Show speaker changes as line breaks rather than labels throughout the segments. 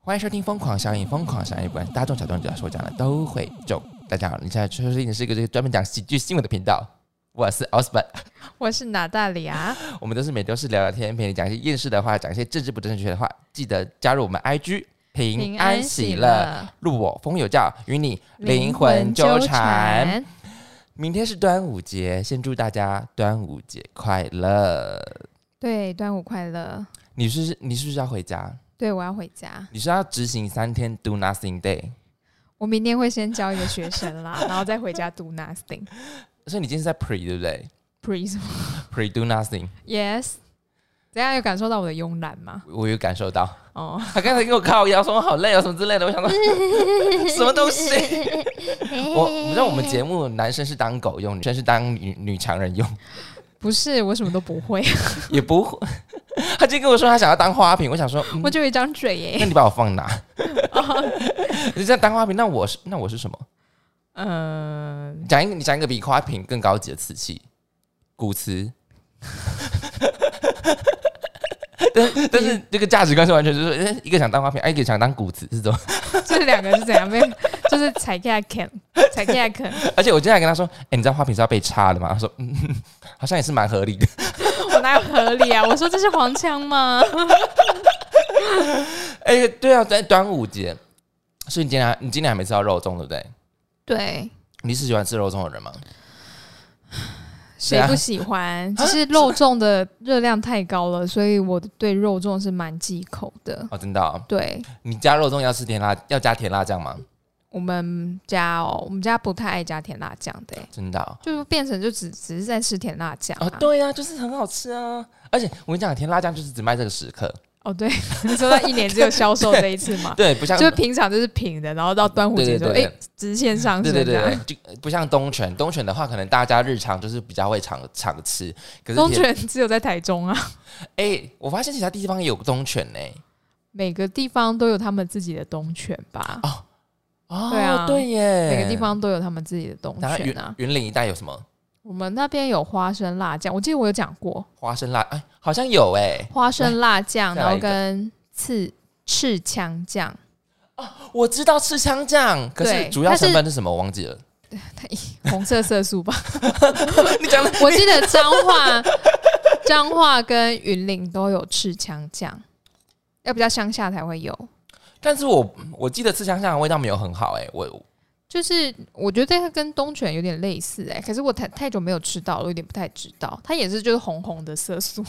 欢迎收听《疯狂效应》，疯狂效应不管是大众小众，只要是我讲的都会中。大家好，你现在收听的是一个就是专门讲喜剧新闻的频道。我是 Osborn，
我是哪大里啊？
我们都是每周是聊聊天，陪你讲一些厌世的话，讲一些政治不正确的话。记得加入我们 IG，平安喜乐，，入我风有教，与你灵魂纠缠。，明天是端午节，先祝大家端午节快乐。
对，端午快乐。
你是你是不是要回家？
对，我要回家。
你是要执行三天 do nothing day？
我明天会先教一个学 生啦，然后再回家 do nothing。
所以你今天是在 pre 对不对
Please,
？pre do nothing，
yes。怎样有感受到我的慵懒吗？
我有感受到。
哦，
他刚才跟我靠腰说我好累哦，什么之类的，我想到 什么东西。我你知道我们节目男生是当狗用，女生是当女女强人用，
不是，我什么都不会，
也不会。他今天跟我说他想要当花瓶，我想说，嗯
我就一张嘴 耶。哦
那你把我放哪？你这样当花瓶，那我是那我是什么？
嗯，
讲一个，你讲一个比花瓶更高级的瓷器，古瓷。 但但是这个价值观是完全就是哎一个想当花瓶，哎一个想当古瓷是这种。
这两个是怎样被？就是踩 K 啃，踩 K 啃。
而且我今天还跟他说，哎，你知道花瓶是要被插的吗？他说，嗯， 好像也是蛮合理的。
我哪有合理啊？我说这是黄腔吗？
哎，对啊，在端午节，所以你今天还你今天还没吃到肉粽对不对？
对，
你是喜欢吃肉粽的人吗？啊
谁不喜欢？只是肉粽的热量太高了，所以我对肉粽是蛮忌口的。
哦，真的哦、
对
你加肉粽要吃甜辣，要加甜辣酱吗？
我们家哦，我们家不太爱加甜辣酱的欸、
真的、哦。
就变成就只只是在吃甜辣酱、
啊，
啊。
对呀、就是很好吃啊！而且我跟你讲，甜辣酱就是只卖这个时刻，？
哦对， 你说他一年只有销售这一次嘛
对，不像
啊就是平常就是平的，然后到端午节
对对
就哎、
对
直线上
对
升
对
这样。
对对，就不像东泉，东泉的话，可能大家日常就是比较会常常吃，可是
东
甜
泉只有在台中啊，
哎、我发现其他地方也有东泉呢、
每个地方都有他们自己的东泉吧？
哦，
对啊
对耶，
每个地方都有他们自己的东
然后
泉啊。
云林一带有什么
我们那边有花生辣酱，我记得我有讲过，
花生辣？哎，好像有哎、
花生辣酱，
再
然
来
后
一个
跟刺赤枪酱，
我知道吃香酱，可是
对
主要
它是
成分是什么？我忘记了。
红色色素吧。
你讲的
我记得彰化、彰化跟云林都有赤枪酱，要比较乡下才会有。
但是我我记得吃香酱的味道没有很好哎、我
就是我觉得它跟东泉有点类似哎、可是我太太久没有吃到了，我有点不太知道。它也是就是红红的色 素，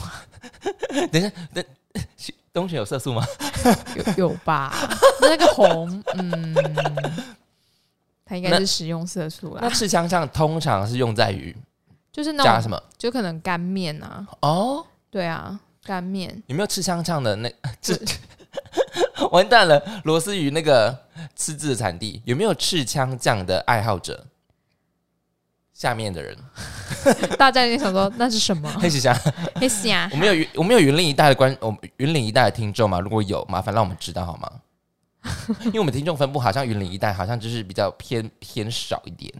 东泉有色素吗？
有有吧？那个红，嗯，它应该是食用色素
那
啦，
吃香酱通常是用在于
就是啊那
加
种
什么？
就可能干面啊，
哦，
对啊，干面。
有没有吃香肠 的那
就
吃？ 完蛋了，罗斯鱼那个吃字的产地有没有吃枪酱的爱好者？下面的人
大家一定想说那是什么？哎啊
黑起想，
黑虾
我们有云 我们有云林一带的观，我们云林一带的听众吗？如果有，麻烦让我们知道好 吗？因为我们听众分布好像云林一带好像就是比较偏偏少一点。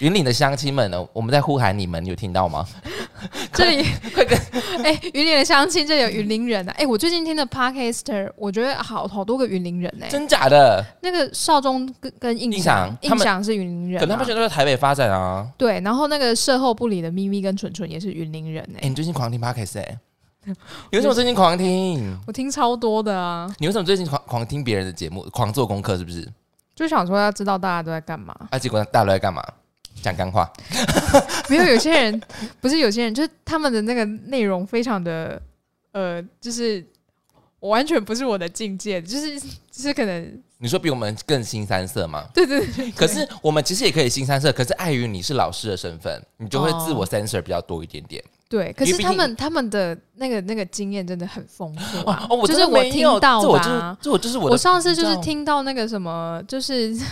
云林的乡亲们呢，我们在呼喊你们，你有听到吗？
这里哎，云林的相亲，这里有云林人啊！哎，我最近听的 podcaster，我觉得好好多个云林人哎、
真假的？
那个少中跟跟印
印
象
象，他们
是云林人、
可
啊，
能他们现在都在台北发展啊。
对，然后那个售后部里的咪咪跟蠢蠢也是云林人哎、
哎、你最近狂听 podcast 哎、 你为什么最近狂听？
我听超多的啊，
你为什么最近狂狂听别人的节目，狂做功课是不是？
就想说要知道大家都在干嘛。
啊，结果大家都在干嘛？讲干话，
没有有些人不是有些人，就是他们的那个内容非常的呃，就是我完全不是我的境界，就是就是可能
你说比我们更新三色吗？
对对对，
可是我们其实也可以新三色，可是碍于你是老师的身份，你就会自
哦
我 censor 比较多一点点。
对，可
因为
是
毕
他们他们的那个那个经验真的很丰富、啊
哦，哦我
就
真
是
的
我
没
听
有
到
这我
的、
就是
啊。
这我就是我
我
的
上次就是
频道
听到那个什么，就是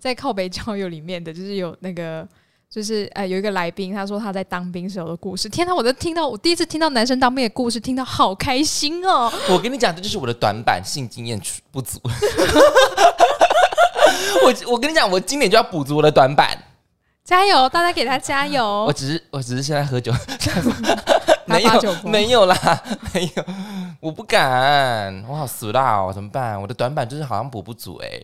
在靠北交友里面的，就是有那个。就是呃，有一个来宾，他说他在当兵时候的故事。天哪，我都听到，我第一次听到男生当兵的故事，听到好开心哦！
我跟你讲，这就是我的短板，性经验不足。 我我跟你讲，我今年就要补足我的短板。
加油，大家给他加
我
油！
只是我只是现在喝酒，
八
没
八九
有没有啦， 没有，我不敢，我好俗辣哦，怎么办？我的短板就是好像补不足哎、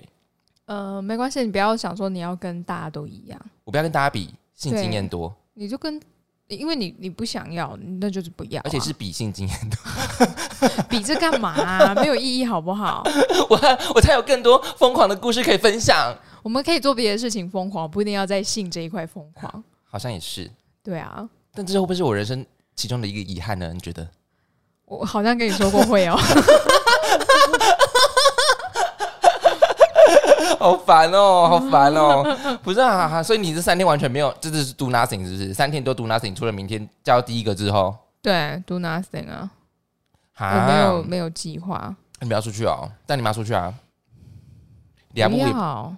呃，没关系，你不要想说你要跟大家都一样，
我不要跟大家比性
对
经验多，
你就跟，因为你你不想要，那就是不要啊、
而且是比性经验 多。
比这干嘛啊、没有意义，好不 好？
我我才有更多疯狂的故事可以分享。
我们可以做别的事情疯狂，不一定要在性这一块疯狂。
好像也是，
对啊，
但这会不会是我人生其中的一个遗憾呢？你觉得？
我好像跟你说过会哦。
好烦哦，好烦哦！ 不是啊，哈所以你这三天完全没有，这就是 do nothing，是不是？三天都 do nothing，除了明天交第一个之后，
对，do nothing 啊，
哈，
我没有没有计划，
你不要出去哦，带你妈出去啊。
不
两不也
要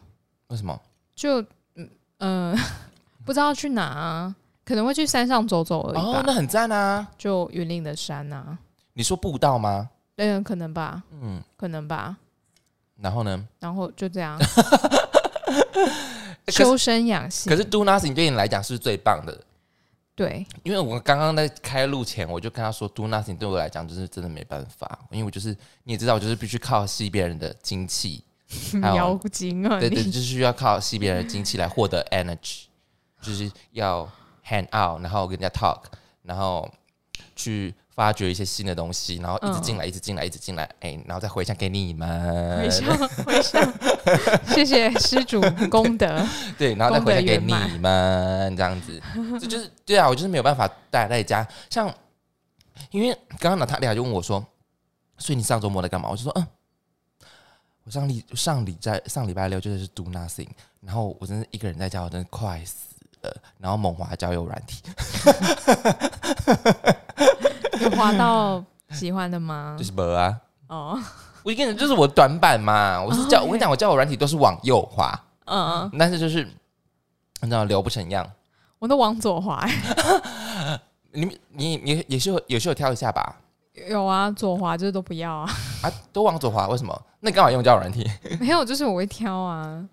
为什么？
就嗯呃， 不知道去哪、啊，可能会去山上走走而已
哦
吧，，
那很赞啊！
就云林的山呐、啊，
你说步道吗？
嗯，可能吧，
嗯，
可能吧，
然后呢？
然后就 这样
可是
修身养性
可。是 do nothing 对你来讲是最棒的，
对，
因为我刚刚在开录前，我就跟他说，do nothing 对我来讲就是真的没办法，因为我就是你也知道，我就是必须靠吸别人的精气，还有
妖精啊
哎对对，
你！
就是需要靠吸别人的精气来获得 energy，就是要 hand out，然后跟人家 talk，然后去发掘一些新的东西，然后一直
嗯
进来，一直进来，一直进来，哎、然后再回向给你
回
们，
向 回向，谢谢施主 功德。
对，然后再回向给
功德圆
你们，这样子， 这就是对啊，我就是没有办法待在家，像因为刚刚娜塔莉亚就问我说，所以你上周末在干嘛？我就说，嗯，我上礼上礼在上礼拜六就是 do nothing，然后我真是一个人在家，我真的快死了，然后猛滑交友软体，
有滑到喜欢的吗
就？是没啊，
哦，
我一个人就是我的短板嘛，我是
哦
叫、我
，OK
跟你讲，我交友软体都是往右滑，
嗯，
但是就是你知道留不成样。
我都往左滑、 欸，
你们你你也是有也是有挑一下吧？
有啊，左滑就是都不 要啊，
啊，都往左滑，为什么？那你干嘛用交友软体？
没有就是我会挑啊，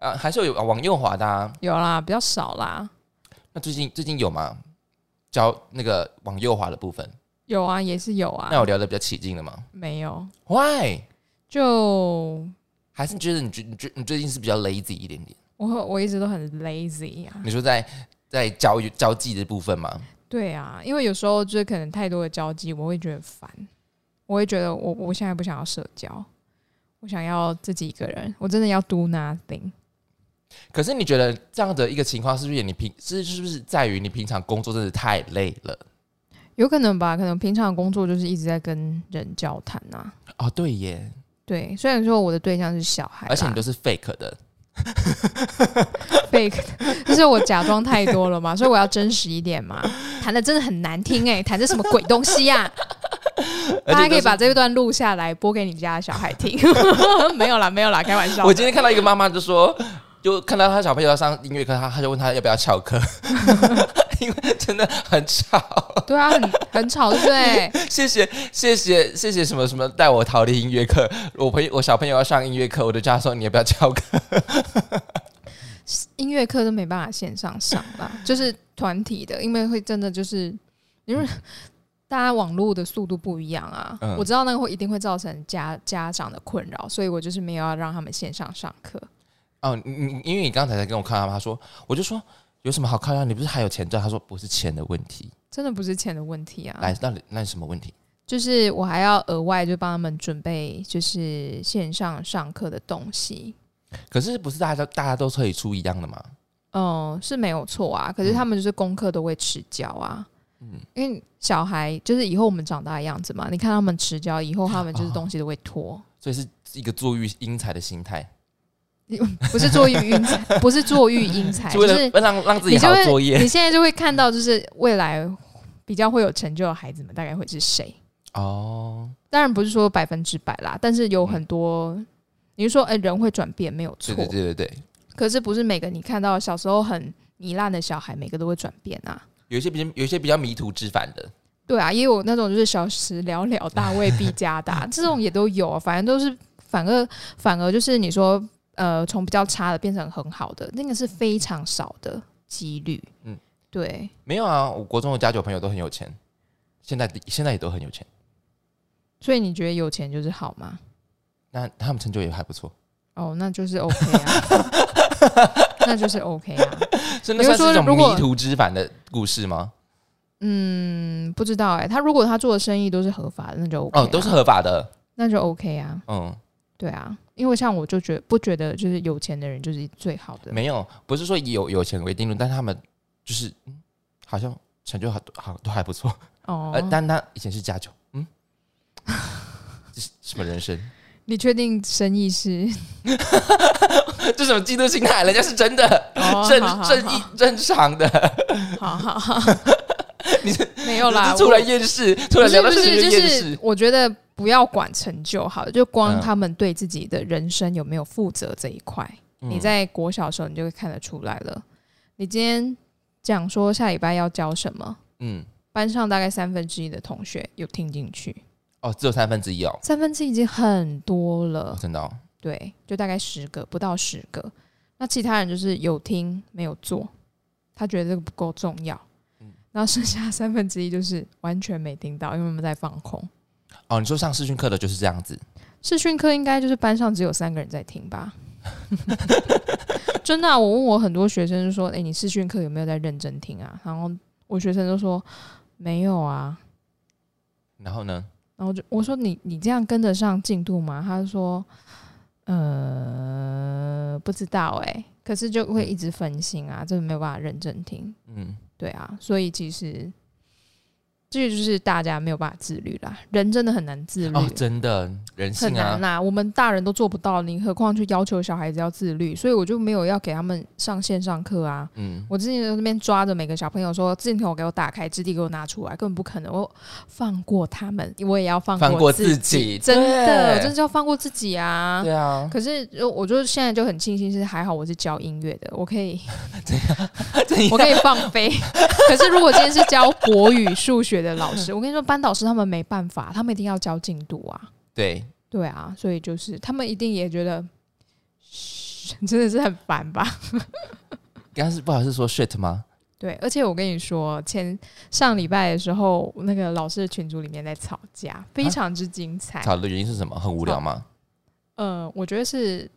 啊，还是有往右滑的、啊。
有啦，比较少啦，
那最近最近有吗？教那个往右滑的部分，
有啊，也是有啊
那，有聊得比较起劲的吗
没有
？Why？
就
还是觉得你觉你觉你最近是比较 lazy 一点点？
我我一直都很 lazy 啊，
你说在在交交际的部分吗？
对啊，因为有时候就是可能太多的交际，我会觉得烦，我会觉得我我现在不想要社交，我想要自己一个人，我真的要 do nothing。
可是你觉得这样的一个情况，是不是你平是是不是在于你平常工作真的太累了？
有可能吧，可能平常的工作就是一直在跟人交谈呐、啊。
哦，对耶，
对，虽然说我的对象是小孩啦，
而且你都是 fake 的，
fake，就是我假装太多了嘛，所以我要真实一点嘛。弹的真的很难听哎、弹的什么鬼东西呀、
而且
大家
都
可以
是
把这段录下来，播给你家的小孩听。 没有啦，没有啦，开玩笑的。
我今天看到一个妈妈就说，就看到她小朋友要上音乐课，她她就问她要不要翘 课，因为真的很吵。
对啊，很很吵，对不对？
谢谢谢谢谢谢什么什么带我逃离音乐课，我朋友我小朋友要上音乐课，我就叫他说你要不要翘课？
音乐课都没办法线上上 啦，就是团体的，因为会真的就是因为大家网络的速度不一样啊，
嗯
我知道那个会一定会造成家家长的困扰，所以我就是没有要让他们线上上课。
哦，你你因为你刚才才跟我看到她说，我就说有什么好看啊？你不是还有钱赚？她说不是钱的问题，
真的不是钱的问题啊
来，，那你那你什么问题？
就是我还要额外就帮他们准备就是线上上课的东西，
可是不是大家大家都可以出一样的吗？
嗯，是没有错啊，
嗯
可是他们就是功课都会迟交啊。因为小孩就是以后我们长大的样子嘛，你看他们迟交以后，他们就是
哦
东西都会拖，
所以是一个坐育英才的心态，
不是坐育英才，不是坐育 英才，
是为
哎就
了
是
让让自己
你就
好
会
作业
你现在就会看到，就是未来比较会有成就的孩子们大概会是谁。
哦。
当然不是说百分之百啦，但是有很多，你是说哎、人会转变没有错
嗯对，对对对对，
可是不是每个你看到小时候很糜烂的小孩，每个都会转变啊。
有一些比较有一些比较迷途知返的，
对啊，也有那种就是小时了了，大未必 加大，这种也都有、啊。反正都是，反而反而就是你说，呃，从比较差的变成很好的，那个是非常少的几率。
嗯
嗯，对，
没有啊。我国中的家酒朋友都很有钱，现在现在也都很有钱，
所以你觉得有钱就是好吗？
那他们成就也还不 错，
哦，那就是 OK 啊，那就是 OK 啊。
所以
比
那
如
算是
说
一种
如果
迷途知返的故事吗？
嗯，不知道哎、他如果他做的生意都是合法的，那就 OK 啊、
哦，都是合法的，
那就 OK 啊，
嗯，
对啊，因为像我就觉不觉得就是有钱的人就是最好的，
没有，不是说以有有钱为定论，但他们就是嗯，好像成就好好都还不错，
哦，
呃，但他以前是家酒，嗯， 这是什么人生？
你确定生意是。
这什么嫉妒心态？人家是真的
哦
正
好好
正义正常的，
好 好好，你没有啦，
只是 突然
我
厌世，突
不
然
是
聊
不
到这
是，
个
就
厌
是
世，
我觉得不要管成就好了，就光
嗯
他们对自己的人生有没有负责这一块，你
嗯
在国小的时候你就会看得出来了。你今天讲说下礼拜要教什么，
嗯
班上大概三分之一的同学有听进去，
哦，只有三分之一哦，
三分之一已经很多
哦
了，
真的哦，
对，就大概十个不到十个。那其他人就是有听没有做，他觉得这个不够重要。然后剩下三分之一就是完全没听到，因为我们在放空。
哦，你说上视讯课的就是这样子，
视讯课应该就是班上只有三个人在听吧？ 真的啊、我问我很多学生就说：“诶，哎你视讯课有没有在认真听啊？”然后我学生就说：“没有啊。”
然后呢？
然后就我说你你这样跟得上进度吗？他说，呃，不知道哎、可是就会一直分心啊，这没有办法认真听，
嗯，
对啊，所以其实这就是大家没有办法自律啦，人真的很难自律，
哦，真的人
很
性啊
难，啦，我们大人都做不到，你何况去要求小孩子要自律，所以我就没有要给他们上线上课啊，
嗯，
我之前在那边抓着每个小朋友说：“字条给我打开，质地给我拿出来，根本不可能。”我放过他们，我也要放
放过
自
自己
真的，
对
我真的是要放过自己啊！
对啊，
可是，呃我就现在就很庆幸是还好我是教音乐的，我 可以，
啊
我可以放飞。 可是如果今天是教国语、数学的老师，我跟你说，班导师他们没办法，他们一定要教进度啊。
对，
对啊，所以就是他们一定也觉得，嘘 真的是很烦吧？
刚刚是不好意思说 shit 吗？
对，而且我跟你说，前上礼拜的时候，那个老师的群组里面在吵架，非常之精彩。
啊吵的原因是什么？很无聊吗？
呃，我觉得是，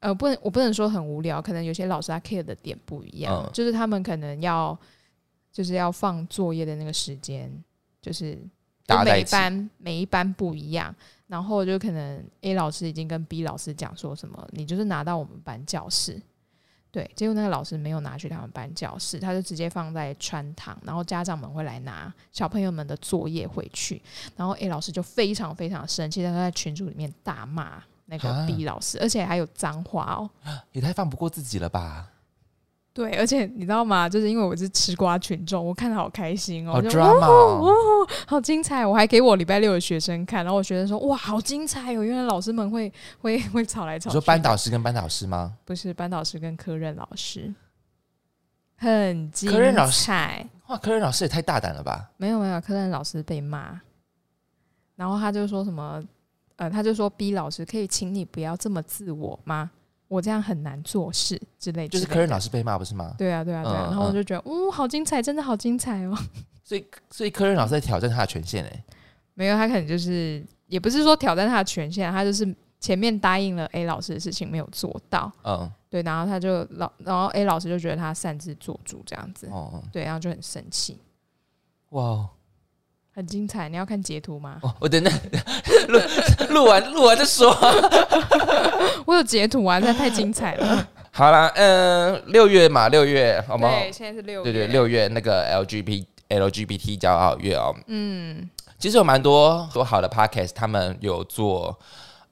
呃，不能，我不能说很无聊，可能有些老师他 care 的点不一样，
嗯
就是他们可能要，就是要放作业的那个时间，就是就
搭在
每一
一起
班每一班不一样，然后就可能 A 老师已经跟 B 老师讲说什么，你就是拿到我们班教室。对，结果那个老师没有拿去他们班教室，他就直接放在穿堂，然后家长们会来拿小朋友们的作业回去，然后 A 老师就非常非常生气，他在群组里面大骂那个
啊
B 老师，而且还有脏话哦。
也太放不过自己了吧？
对，而且你知道吗？就是因为我是吃瓜群众，我看的好开心哦，
好
就
drama，哦
好精彩！哦我还给我礼拜六的学生看，然后我学生说：“哇，好精彩哦！”原来老师们会会会吵来吵
你
去。
说班导师跟班导师吗？
不是班导师跟科任老师，很精
科任老师
彩。
哇，科任老师也太大胆了吧？
没有没有，科任老师被骂，然后他就说什么，呃，他就说 B 老师可以请你不要这么自我吗？我这样很难做事之类
就是
之类
科任
的
老师被骂不是吗？
对啊对啊对啊，
嗯
然后我
嗯
就觉得，嗯，好精彩，真的好精彩哦。
所以所以科任老师在挑战他的权限哎，
没有，他可能就是也不是说挑战他的权限，他就是前面答应了 A 老师的事情没有做到，
嗯，
对，然后他就老，然后 A 老师就觉得他擅自做主这样子，
哦，嗯
对，然后就很生气，
哇哦。
很精彩。你要看截图吗？
哦，我等等 录录完录完再说。
我有截图啊，这太精彩了。
好啦，嗯，六月嘛，六月 好吗？
对，现在是六
对对，六月那个 LGBT LGBT 骄傲月哦，
嗯，
其实有蛮多多好的 podcast，他们有做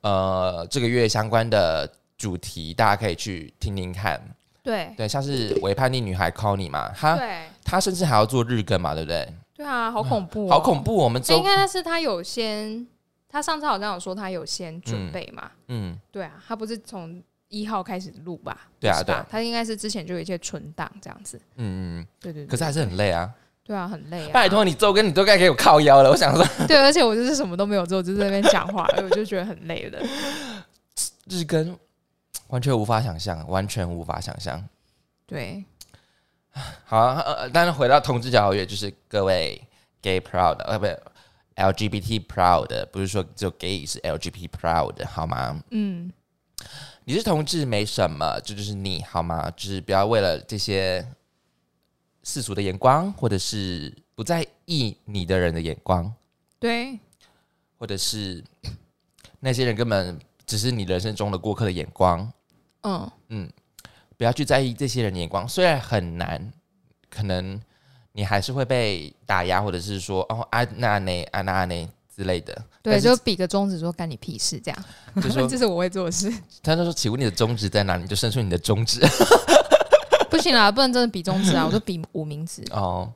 呃这个月相关的主题，大家可以去听听看。
对
对，像啊是伪叛逆女孩 c o n y 嘛，她
对
她甚至还要做日更嘛，对不对？
对啊，好恐怖、
嗯好恐！怖，我们
哎，应
周
该他是他有先，他上次好像有说他有先准备嘛，
嗯
对啊，他不是从一号开始录吧？
对啊
是吧
对啊
他应该是之前就有一些存档这样子。
嗯嗯，
对对对，
可是还是很累啊！
对啊，很累啊。
拜，托你周更，你都该给我靠腰了。我想说，
对，而且我就是什么都没有做，我就在那边讲话， 我就觉得很累了。
日更完全无法想象，完全无法想象。
对，
呃好、啊，呃，当然回到同志骄傲月，就是各位 gay proud，呃，不是 LGBT proud，不是说只有 gay 是 LGBT proud 好吗？
嗯，
你是同志没什么，这就是你好吗？就是不要为了这些世俗的眼光，或者是不在意你的人的眼光，
对，
或者是那些人根本只是你人生中的过客的眼光，
嗯，
不要去在意这些人的眼光，虽然很难，可能你还是会被打压，或者是说哦啊那呢啊那呢之类的。
对，
但是
就比个中指说干你屁事这样，
就说
这是我会做的事。
他就说，请问你的中指在哪里？你就伸出你的中指
不行啦，不能真的比中指啊，我就比无名指。
哦，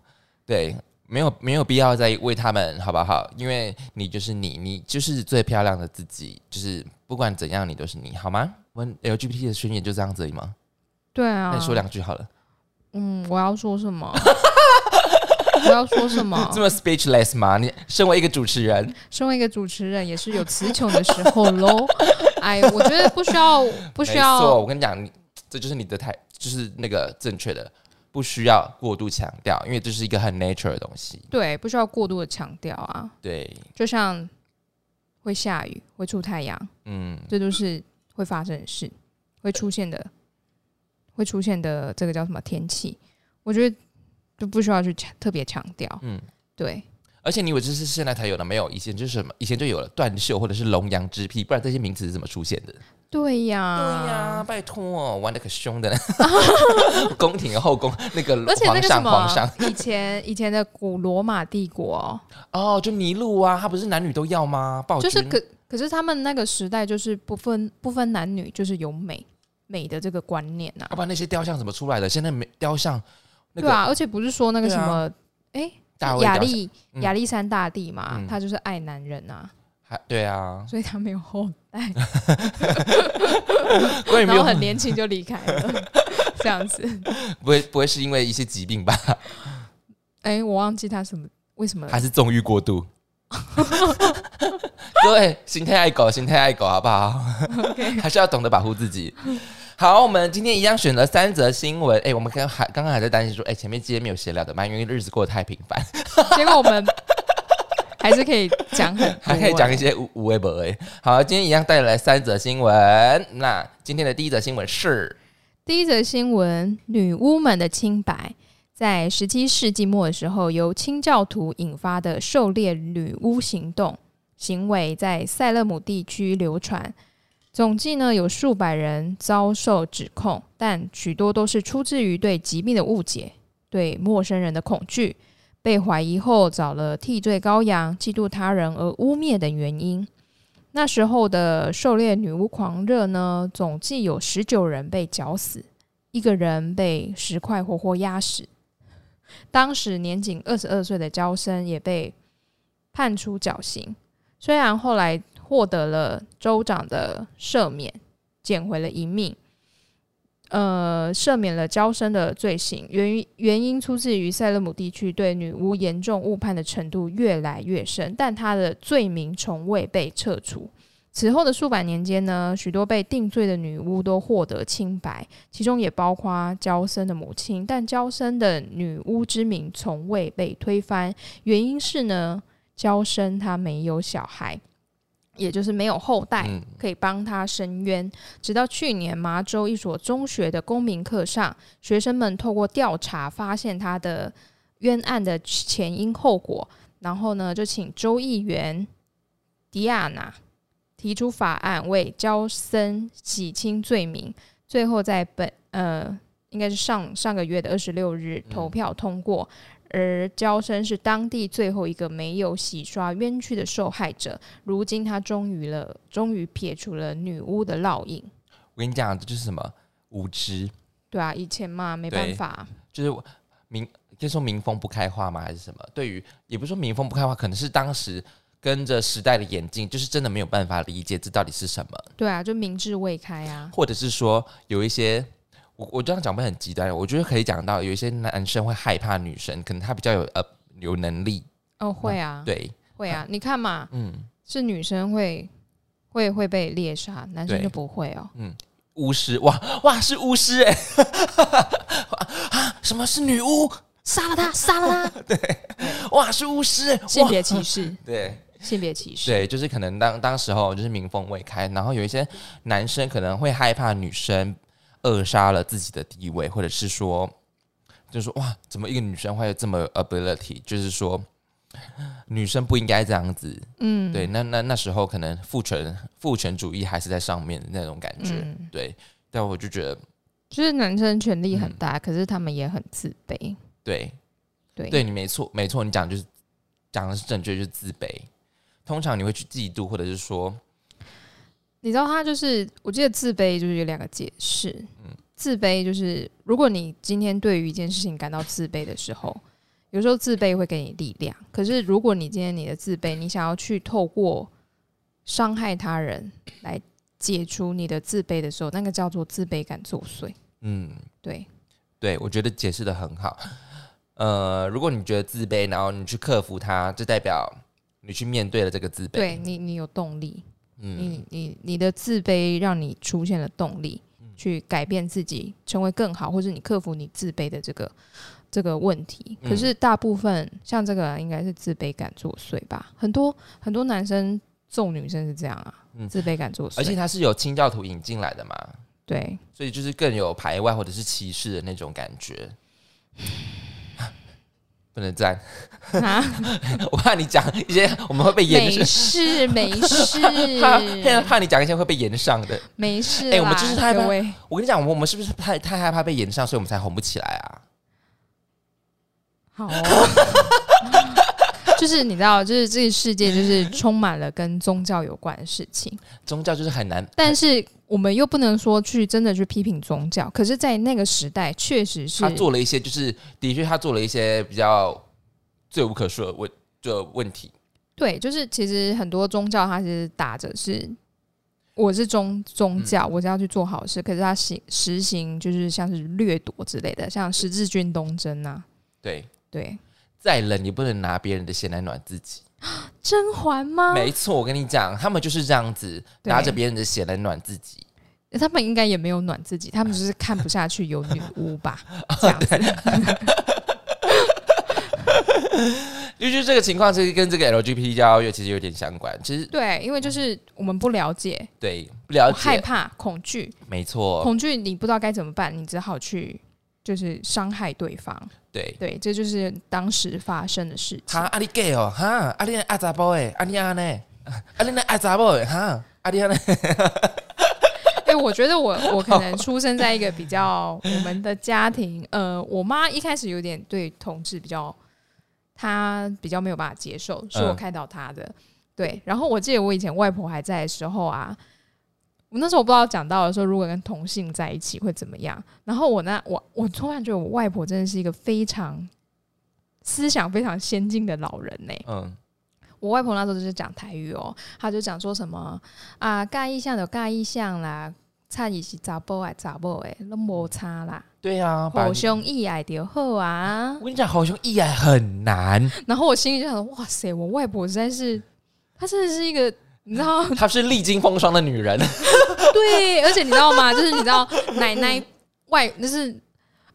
对，没有没有必要再为他们好不好？因为你就是你，你就是最漂亮的自己，就是不管怎样你都是你，好吗？我们 LGBT 的宣言就这样子而已吗？
对啊，
那你说两句好了，
嗯，我要说什么？ 我要说 什么
这？么 speechless 吗？你身为一个主持人，
身为一个主持人，也是有词穷的时候 喽。哎，我觉得不需要，不需
没错，
要，
我跟你讲，你这就是你的态，就是那个正确的，不需要过度强调，因为这是一个很 nature 的东西。
对，不需要过度的强调啊。
对，
就像会下雨，会出太阳，
嗯，
这都是会发生的事，会出现的，会出现的这个叫什么天气？我觉得就不需要去强特别强调。
嗯
嗯，对，
而且你以为这是现在才有的，没有，以前就是什么，以前就有了断袖或者是龙阳之癖，不然这些名词是怎么出现的？
对呀、
对呀、拜托、哦，玩的可凶 的呢，宫廷后宫那个
而且那
皇
个什
上皇
么
上，
以前以前的古罗马帝国哦、
哦，就尼禄啊，他不是男女都要吗？暴君
就是可可是他们那个时代就是不分不分男女，就是有美美的这个观念呐、
要啊不然那些雕像怎么出来的？现在没雕像，哦那
对
个
啊，而且不是说那个
对
什
啊
么，哎、
大卫
亚
雕像
历
嗯
亚历山大帝嘛，
嗯
他就是爱男人啊，
还对啊，
所以他没有后代，
关于没
然后
有
很年轻就离开了，这样子。
不会不会是因为一些疾病吧？
哎、我忘记他什么为什么
还是纵欲过度？ 各位，心态爱狗，心态爱狗，好不好 还是要懂得保护自己。好，我们今天一样选了三则新闻。哎、我们刚还刚刚还在担心说，哎、前面今天没有闲聊的嘛，因为日子过得太平凡，
结果我们还是可以讲很多，
还可以讲一些无无微不微。好，今天一样带来三则新闻。那今天的第一则新闻是，
第一则新闻：女巫们的清白。在十七世纪末的时候，由清教徒引发的狩猎女巫行动行为在塞勒姆地区流传，总计呢有数百人遭受指控，但许多都是出自于对疾病的误解、对陌生人的恐惧、被怀疑后找了替罪羔羊、嫉妒他人而污蔑等原因。那时候的狩猎女巫狂热呢，总计有十九人被绞死，一个人被石块活活压死。当时年仅二十二岁的焦生也被判处绞刑，虽然后来获得了州长的赦免，捡回了一命。呃，赦免了焦生的罪行，源于原因出自于塞勒姆地区对女巫严重误判的程度越来越深，但他的罪名从未被撤除。此后的数百年间呢，许多被定罪的女巫都获得清白，其中也包括焦生的母亲。但焦生的女巫之名从未被推翻，原因是呢，焦生她没有小孩，也就是没有后代。
嗯，
可以帮他申冤。直到去年麻州一所中学的公民课上，学生们透过调查发现他的冤案的前因后果，然后呢，就请州议员迪亚娜提出法案，为焦森洗清罪名。最后在本呃，应该是上上个月的二十六日投票通过。而焦生是当地最后一个没有洗刷冤屈的受害者，如今他终于了，终于撇除了女巫的烙印，
我跟你讲，这就是什么无知，
对啊，以前嘛没办法，
就是民可以说民风不开化吗？还是什么？对于也不是说民风不开化，可能是当时跟着时代的演进，就是真的没有办法理解这到底是什么，
对啊，就明智未开啊，
或者是说有一些。我我这样讲会很极端，我觉得可以讲到有一些男生会害怕女生，可能他比较有呃有能力，
哦，会啊，
嗯对，
会啊，你看嘛，
嗯，
是女生会会会被猎杀，男生就不会哦，
巫师哇哇是巫师哎、 啊，什么是女巫？
杀了他，杀了他，对，
哇是巫师，欸
性
哇
别歧视，
对
性别歧视，
对，就是可能当当时候就是民风未开，然后有一些男生可能会害怕女生扼杀了自己的地位，或者是说，就是说哇，怎么一个女生会有这么有 ability？就是说，女生不应该这样子。
嗯，
对，那那那时候可能父权父权主义还是在上面的那种感觉。
嗯，
对，但我就觉得
就是男生权力
嗯
很大，可是他们也很自卑，
对，
对
对你没错，没错，你讲就是讲的是正确，就是自卑。通常你会去嫉妒，或者是说，
你知道他就是，我记得自卑就是有两个解释。
嗯
自卑就是如果你今天对于一件事情感到自卑的时候，有时候自卑会给你力量。可是如果你今天你的自卑，你想要去透过伤害他人来解除你的自卑的时候，那个叫做自卑感作祟。
嗯，
对，
对我觉得解释的很好。呃，如果你觉得自卑，然后你去克服它，就代表你去面对了这个自卑。
对，你你有动力，
嗯，
你你你的自卑让你出现了动力，
嗯
去改变自己，成为更好，或是你克服你自卑的这个这个问题。
嗯
可是大部分像这个应该是自卑感作祟吧，很多很多男生揍女生是这样啊，
嗯
自卑感作祟，
而且它是由清教徒引进来的嘛，
对
所以就是更有排外或者是歧视的那种感觉。 不能赞，
啊，
我怕你讲一些我们会被延
没
伸，
事没
怕怕
事
怕你讲一些会被延上的。
没事啦，
啊哎我们就是害怕
啊各位
我跟你讲，我们是不是太太害怕被延上，所以我们才红不起来啊？
好、哦。 就是你知道，就是这个世界就是充满了跟宗教有关的事情，
宗教就是很难，
但是我们又不能说去真的去批评宗教，可是，在那个时代，确实是
他做了一些，就是的确他做了一些比较罪无可恕的问的问题。
对，就是其实很多宗教它其实打着是我是宗
嗯
宗教，我是要去做好事，可是它实实行就是像是掠夺之类的，像十字军东征啊，
对，
对，
再冷也不能拿别人的血来暖自己。
甄嬛吗？
没错，我跟你讲，他们就是这样子，
啊对
拿着别人的血来暖自己。
他们应该也没有暖自己，他们就是看不下去有女巫吧，这样子，
就是这个情况，其实跟这个 LGBT 交友其实有点相关。其实
对，因为就是我们不了解，
对不了
害
解，
怕、恐惧，
没错，
恐惧你不知道该怎么办，你只好去就是伤害对方。
对。
对，这就是当时发生的事
哈，
情。
阿、啊、你 gay 哦，哈，阿、啊、你爱查甫诶，阿、啊、你安呢？阿、啊、你那爱查某诶，哈，阿、啊、你安呢？
哎、我觉得我我可能出生在一个比较我们的家庭，呃，我妈一开始有点对同志比较，她比较没有办法接受，是我
嗯
开导她的。对，然后我记得我以前外婆还在的时候啊，我那时候不知道讲到的时候，如果跟同性在一起会怎么样。然后我那我我突然觉得我外婆真的是一个非常思想非常先进的老人欸呢、
嗯，
我外婆那时候就是讲台语哦，她就讲说什么啊，尬意向有尬意向啦，差异是查甫爱查某诶，拢无差啦，
对啊，把
互相意爱就好啊
我。跟你讲，好兄义爱很 难，
然后我心里就想说，哇塞，我外婆实在是，她真的是一个，你知 道，
她是历经风霜的女人。
对，而且你知道吗？就是你知道奶奶外就是。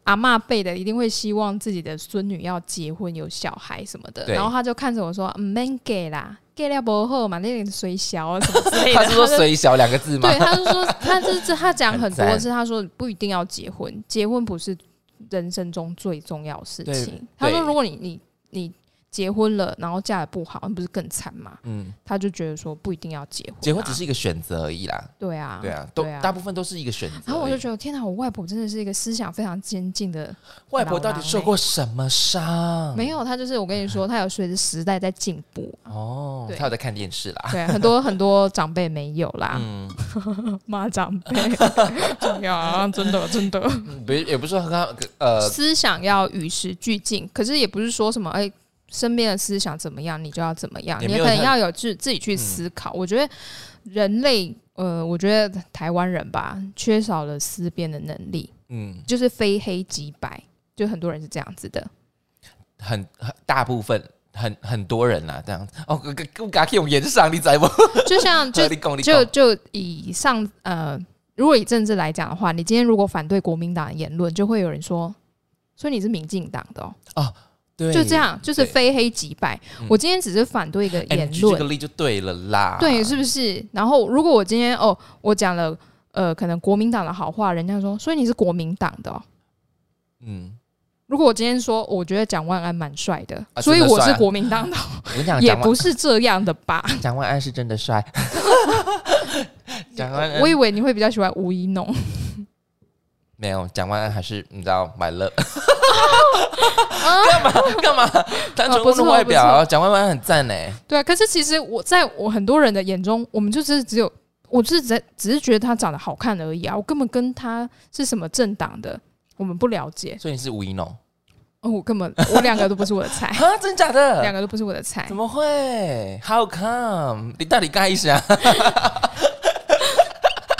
阿嬷辈的一定会希望自己的孙女要结婚有小孩什么的，
对
然后她就看着我说：“唔免给啦，给了不好嘛，那个水小啊什么之 类的。”
她是说“随小”两个字吗？
对，他就 说，他就是他讲很
很
多
赞
次，他说不一定要结婚，结婚不是人生中最重要的事
对
情。他说，
对
如果你你你结婚了，然后嫁的不好，那不是更惨吗？
嗯，
他就觉得说不一定要结婚啊、
结婚只是一个选择而已啦。
对啊，
对啊，都
对啊
大部分都是一个选择而已。
然后我就觉得，天哪！我外婆真的是一个思想非常先进的，
外婆到底受过什么伤？
欸没有她就是我跟 你说，她有随着时代在进步，
哦，
对
她有在看电视啦。
对，啊很多很多长辈没有啦，
嗯，
骂 长辈，对啊，真的真的，
嗯不是也不是说很好，呃，
思想要与时俱进，可是也不是说什么哎、身边的思想怎么样，你就要怎么样，
也
你
没有
可能
很嗯
要有自自己去思考。我觉得人类，呃，我觉得台湾人吧，缺少了思辨的能力，
嗯，
就是非黑即白，就很多人是这样子 的。
很很大部分很很多人啦，这样子。哦，我我敢用言上，你在不？
就 像就
你讲，你
就
讲，
就以上呃，如果以政治来讲的话，你今天如果反对国民党的言论，就会有人说，所以你是民进党的哦。
哦，对嗯
就这样，就是非黑即白。我今天只是反对一个
哎
言
你举这
论
个，例就对了啦。
对，是不是？然后如果我今天哦，我讲了呃，可能国民党的好话，人家说，所以你是国民党的、哦。
嗯，
如果我今天说，我觉得蒋万安蛮帅的，
啊
所以
真的
我是
帅啊
国民党的哦，
我跟你讲，
也
蒋万
不是这样的吧？
蒋万安是真的 帅。 蒋万安
我以为你会比较喜欢吴一 农，
没有，蒋万安还是你知道买了。干嘛 干嘛？单纯
不
问
错
论外表
不
啊，蒋万安很赞呢。
对啊。可是其实我在我很多人的眼中，我们就是只有，我是只只是觉得他长得好看而已啊，我根本跟他是什么政党的，我们不了解。
所以你是吴一 农，
哦，我根本我两个都不是我的菜
啊？真假
两
的？
个都不是我的菜
怎。么会？How come？你到底干意思啊？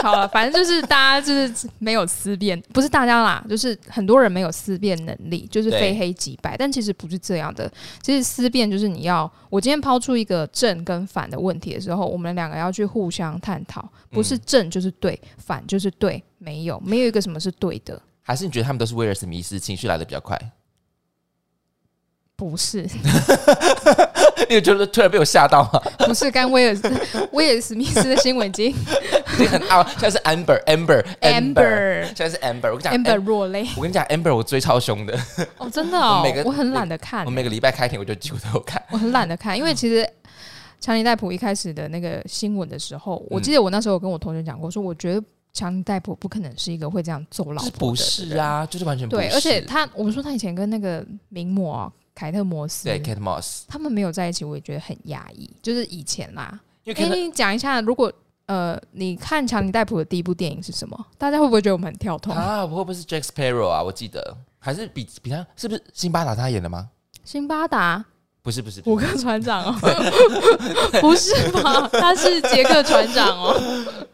好了，反正就是大家就是没有思辨，不是大家啦，就是很多人没有思辨能力，就是
对
非黑即白。但其实不是这样的，其实思辨就是你要，我今天抛出一个正跟反的问题的时候，我们两个要去互相探讨，
嗯
不是正就是对，反就是对，没有没有一个什么是对的，
还是你觉得他们都是威尔史密斯，情绪来的比较快？
不是
你有觉得突然被我吓到吗？
不是跟威尔威尔史密斯的 新闻已经
你很傲，现在是 Amber Amber Amber，
Amber
现在是 Amber。我跟你讲
Amber
Am-
落泪
我跟你讲 Amber，我追超凶的。
哦，真的哦
我每个，
我很懒得看
我每个礼拜开庭我就几乎都有看。
我很懒得看，因
嗯
为其实强尼戴普一开始的那个新闻的时候，
嗯
我记得我那时候有跟我同学讲过，说我觉得强尼戴普不可能是一个会这样揍老
就是不
婆的
是
人。
啊，就是完全不是。
对，而且他，我们说他以前跟那个名模啊、凯特摩斯，
对 Kate Moss，
他们没有在一起，我也觉得很压抑。就是以前啦，
因为
哎、
Kate
你讲一下，如果呃，你看强尼戴普的第一部电影是什么？大家会不会觉得我们很跳脱？
啊，不会不会是 Jack Sparrow 啊？我记得还是比比他是不是辛巴达他演的吗？
辛巴达，
不是不是，不
虎克
是
船 长哦，不是吧？他是杰克船长哦，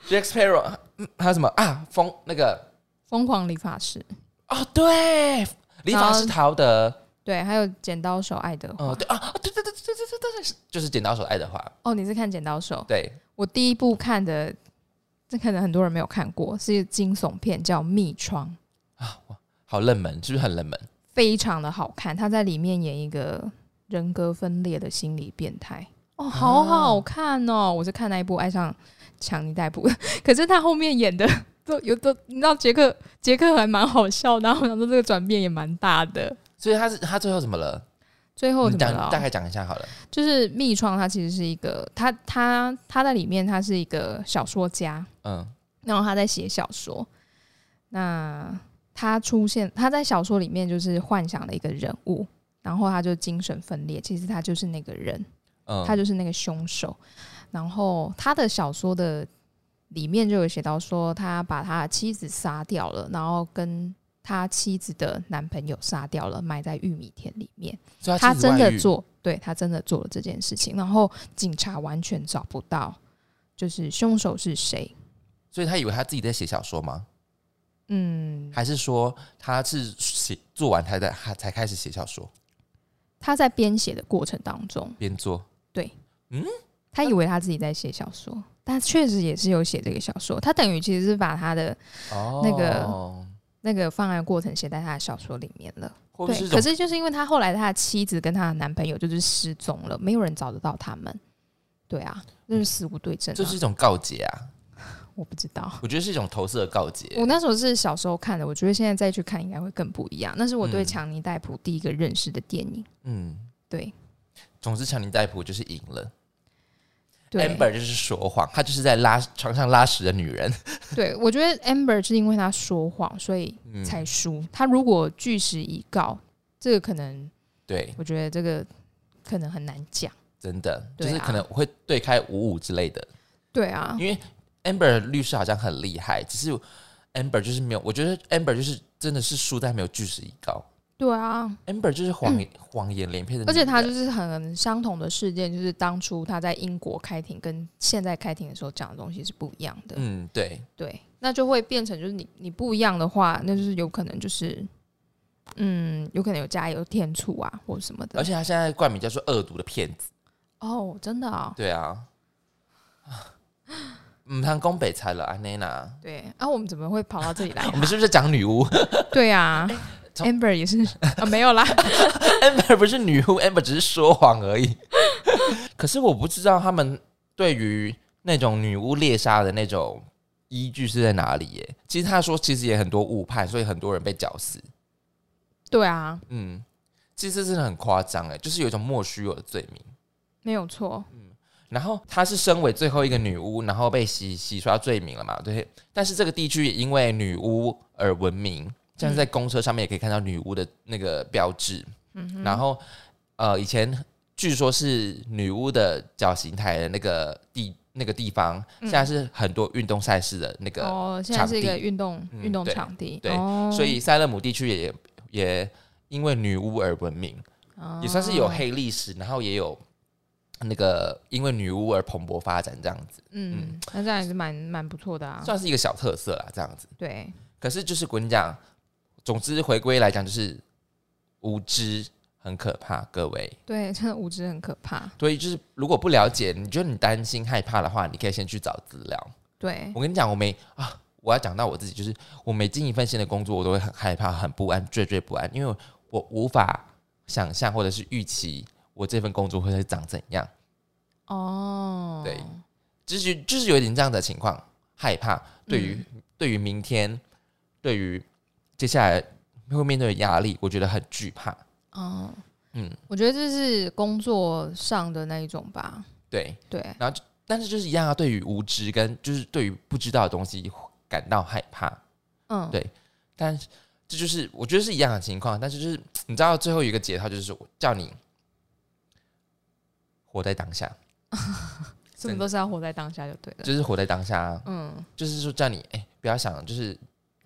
Jack Sparrow，嗯还有什么啊？风那个
疯狂理发师。
哦，对，理发
嗯
师陶德，
对，还有剪刀手爱德华。
哦对啊，对对对对对对对对，就是剪刀手爱德华，
哦，你是看剪刀手？
对，
我第一部看的，这可能很多人没有看过，是一个惊悚片，叫《密窗》，
好冷门，是不是很冷门？
非常的好看。他在里面演一个人格分裂的心理变态。哦，好好看哦！我是看那一部爱上强尼戴普 的，可是他后面演的都有都，你知道杰克杰克还蛮好笑的，然后啊我想说这个转变也蛮大的。
所以他是他最后怎么了？
最后
你
怎么
讲
了哦？
大概讲一下好了。
就是密窗，它其实是一个，他他他在里面，他是一个小说家，
嗯，
然后他在写小说。那他出现，他在小说里面就是幻想了一个人物，然后他就精神分裂，其实他就是那个人，
嗯
他就是那个凶手。然后他的小说的里面就有写到说，他把他的妻子杀掉了，然后跟他妻子的男朋友杀掉了，埋在玉米田里面。
所以
他
妻子
真
外
的
遇，
做，对他真的做了这件事情，然后警察完全找不到，就是凶手是谁。
所以他以为他自己在写小说吗？
嗯，
还是说他是写做完他在他才开始写小说，
他在编写的过程当中，
边做？
他以为他自己在写小说，但确实也是有写这个小说。他等于其实是把他的
哦，
那个那个犯案过程写在他的小说里面了。
会不哦会是
对，
一种
可是就是因为他后来他的妻子跟他的男朋友就是失踪了，没有人找得到他们。对啊，那是死无对证、啊。
这是一种告解啊？
我不知道。
我觉得是一种投射的告解
我。那时候是小时候看的，我觉得现在再去看应该会更不一样。那是我对
嗯
强尼戴普第一个认识的电影。
嗯，
对
总之强尼戴普就是赢了
对
，Amber 就是说谎，她就是在拉床上拉屎的女人。
对，我觉得 Amber 是因为他说谎，所以
嗯，
才输。他如果据实以告，这个可能，
对，
我觉得这个可能很难讲。
真的就
对啊
是可能会对开五五之类的，
对啊，
因为 Amber 律师好像很厉害，只是 Amber 就是没有，我觉得 Amber 就是真的是输在没有据实以告。
对啊，
Amber 就是谎言、谎言连篇的女
而
人，
且他就是很相同的事件，就是当初他在英国开庭跟现在开庭的时候讲的东西是不一样的。
嗯，对，
对，那就会变成就是你你不一样的话，那就是有可能就是，嗯，有可能有加油添醋啊，或什么
而
的。
且他现在冠名叫做恶毒的骗子，
哦，真的啊、
对啊， 嗯，他宫北菜了，安内娜，
啊 对啊，我们怎么会跑到这里来、
我们是不是讲女巫？
对啊，
哎从
Amber 也是啊，没有啦，
Amber 不是女巫，Amber 只是说谎而已。 可是我不知道他们对于那种女巫猎杀的那种依据是在哪里耶。其实他说，其实也很多误判，所以很多人被绞死。
对啊，
嗯，其实这真的很夸张哎，就是有一种莫须有的罪名。
没有错，
然后她是身为最后一个女巫，然后被洗洗刷罪名了嘛？对。但是这个地区也因为女巫而闻名，像是在公车上面也可以看到女巫的那个标志。嗯、然后呃，以前据说是女巫的绞刑台的那个地那个地方，现在是很多运动赛事的那个，
嗯哦，现在是一
场
个
地
运动
嗯
运动
对
场地，
对
哦
所以塞勒姆地区也也因为女巫而闻名，也算是有
哦
黑历史，然后也有。那个因为女巫而蓬勃发展，这样子
嗯，那这样也是蛮蛮不错的啊。
算是一个小特色啦，这样子。
对，
可是就是我跟你讲，总之回归来讲就是无知很可怕，各位。
对，真的无知很可怕。
所以就是如果不了解，你觉得你担心害怕的话，你可以先去找资料。
对，
我跟你讲，我每啊，我要讲到我自己，就是我每进一份新的工作，我都会很害怕、很不安、惴惴不安，因为我无法想象或者是预期我这份工作会是长怎样，
哦，
对就是就是有点这样的情况，害怕对于、对于明天，对于接下来会面对的压力，我觉得很惧怕。
哦，
嗯，
我觉得这是工作上的那一种吧。
对，
对，
但是就是一样啊，对于无知跟就是对于不知道的东西感到害怕，
嗯，
对但是这就是我觉得是一样的情况。但是就是你知道最后一个解套就是我叫你活在当下，
什么都是要活在当下就对了。
就是活在当下、啊，
嗯，
就是说叫你哎、不要想就是。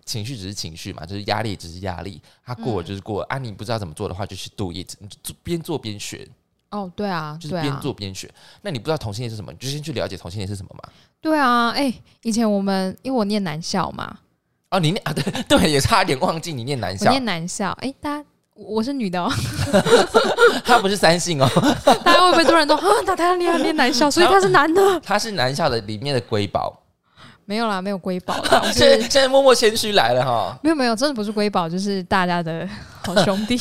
情绪只是情绪嘛，就是压力只是压力，它过
嗯
了就是过了、啊！你不知道怎么做的话，就去 do it，你就做边做边学，
哦，对啊，
就是
对
边
啊，
做边学。那你不知道同性恋是什么，你就先去了解同性恋是什么嘛。
对啊。哎、以前我们因为我念男校嘛，
哦，你念啊，对对，也差点忘记你念男
我
校，
念男校，哎、大家。我我是女的、哦，
他不是三性哦，
大家会不会突然都啊？他他念念男校，所以他是男的？
他是南校的里面的瑰宝。
没有啦，没有瑰宝 啦，我
现在
是
现在默默谦虚来了哈，
没有没有，真的不是瑰宝，就是大家的好兄 弟，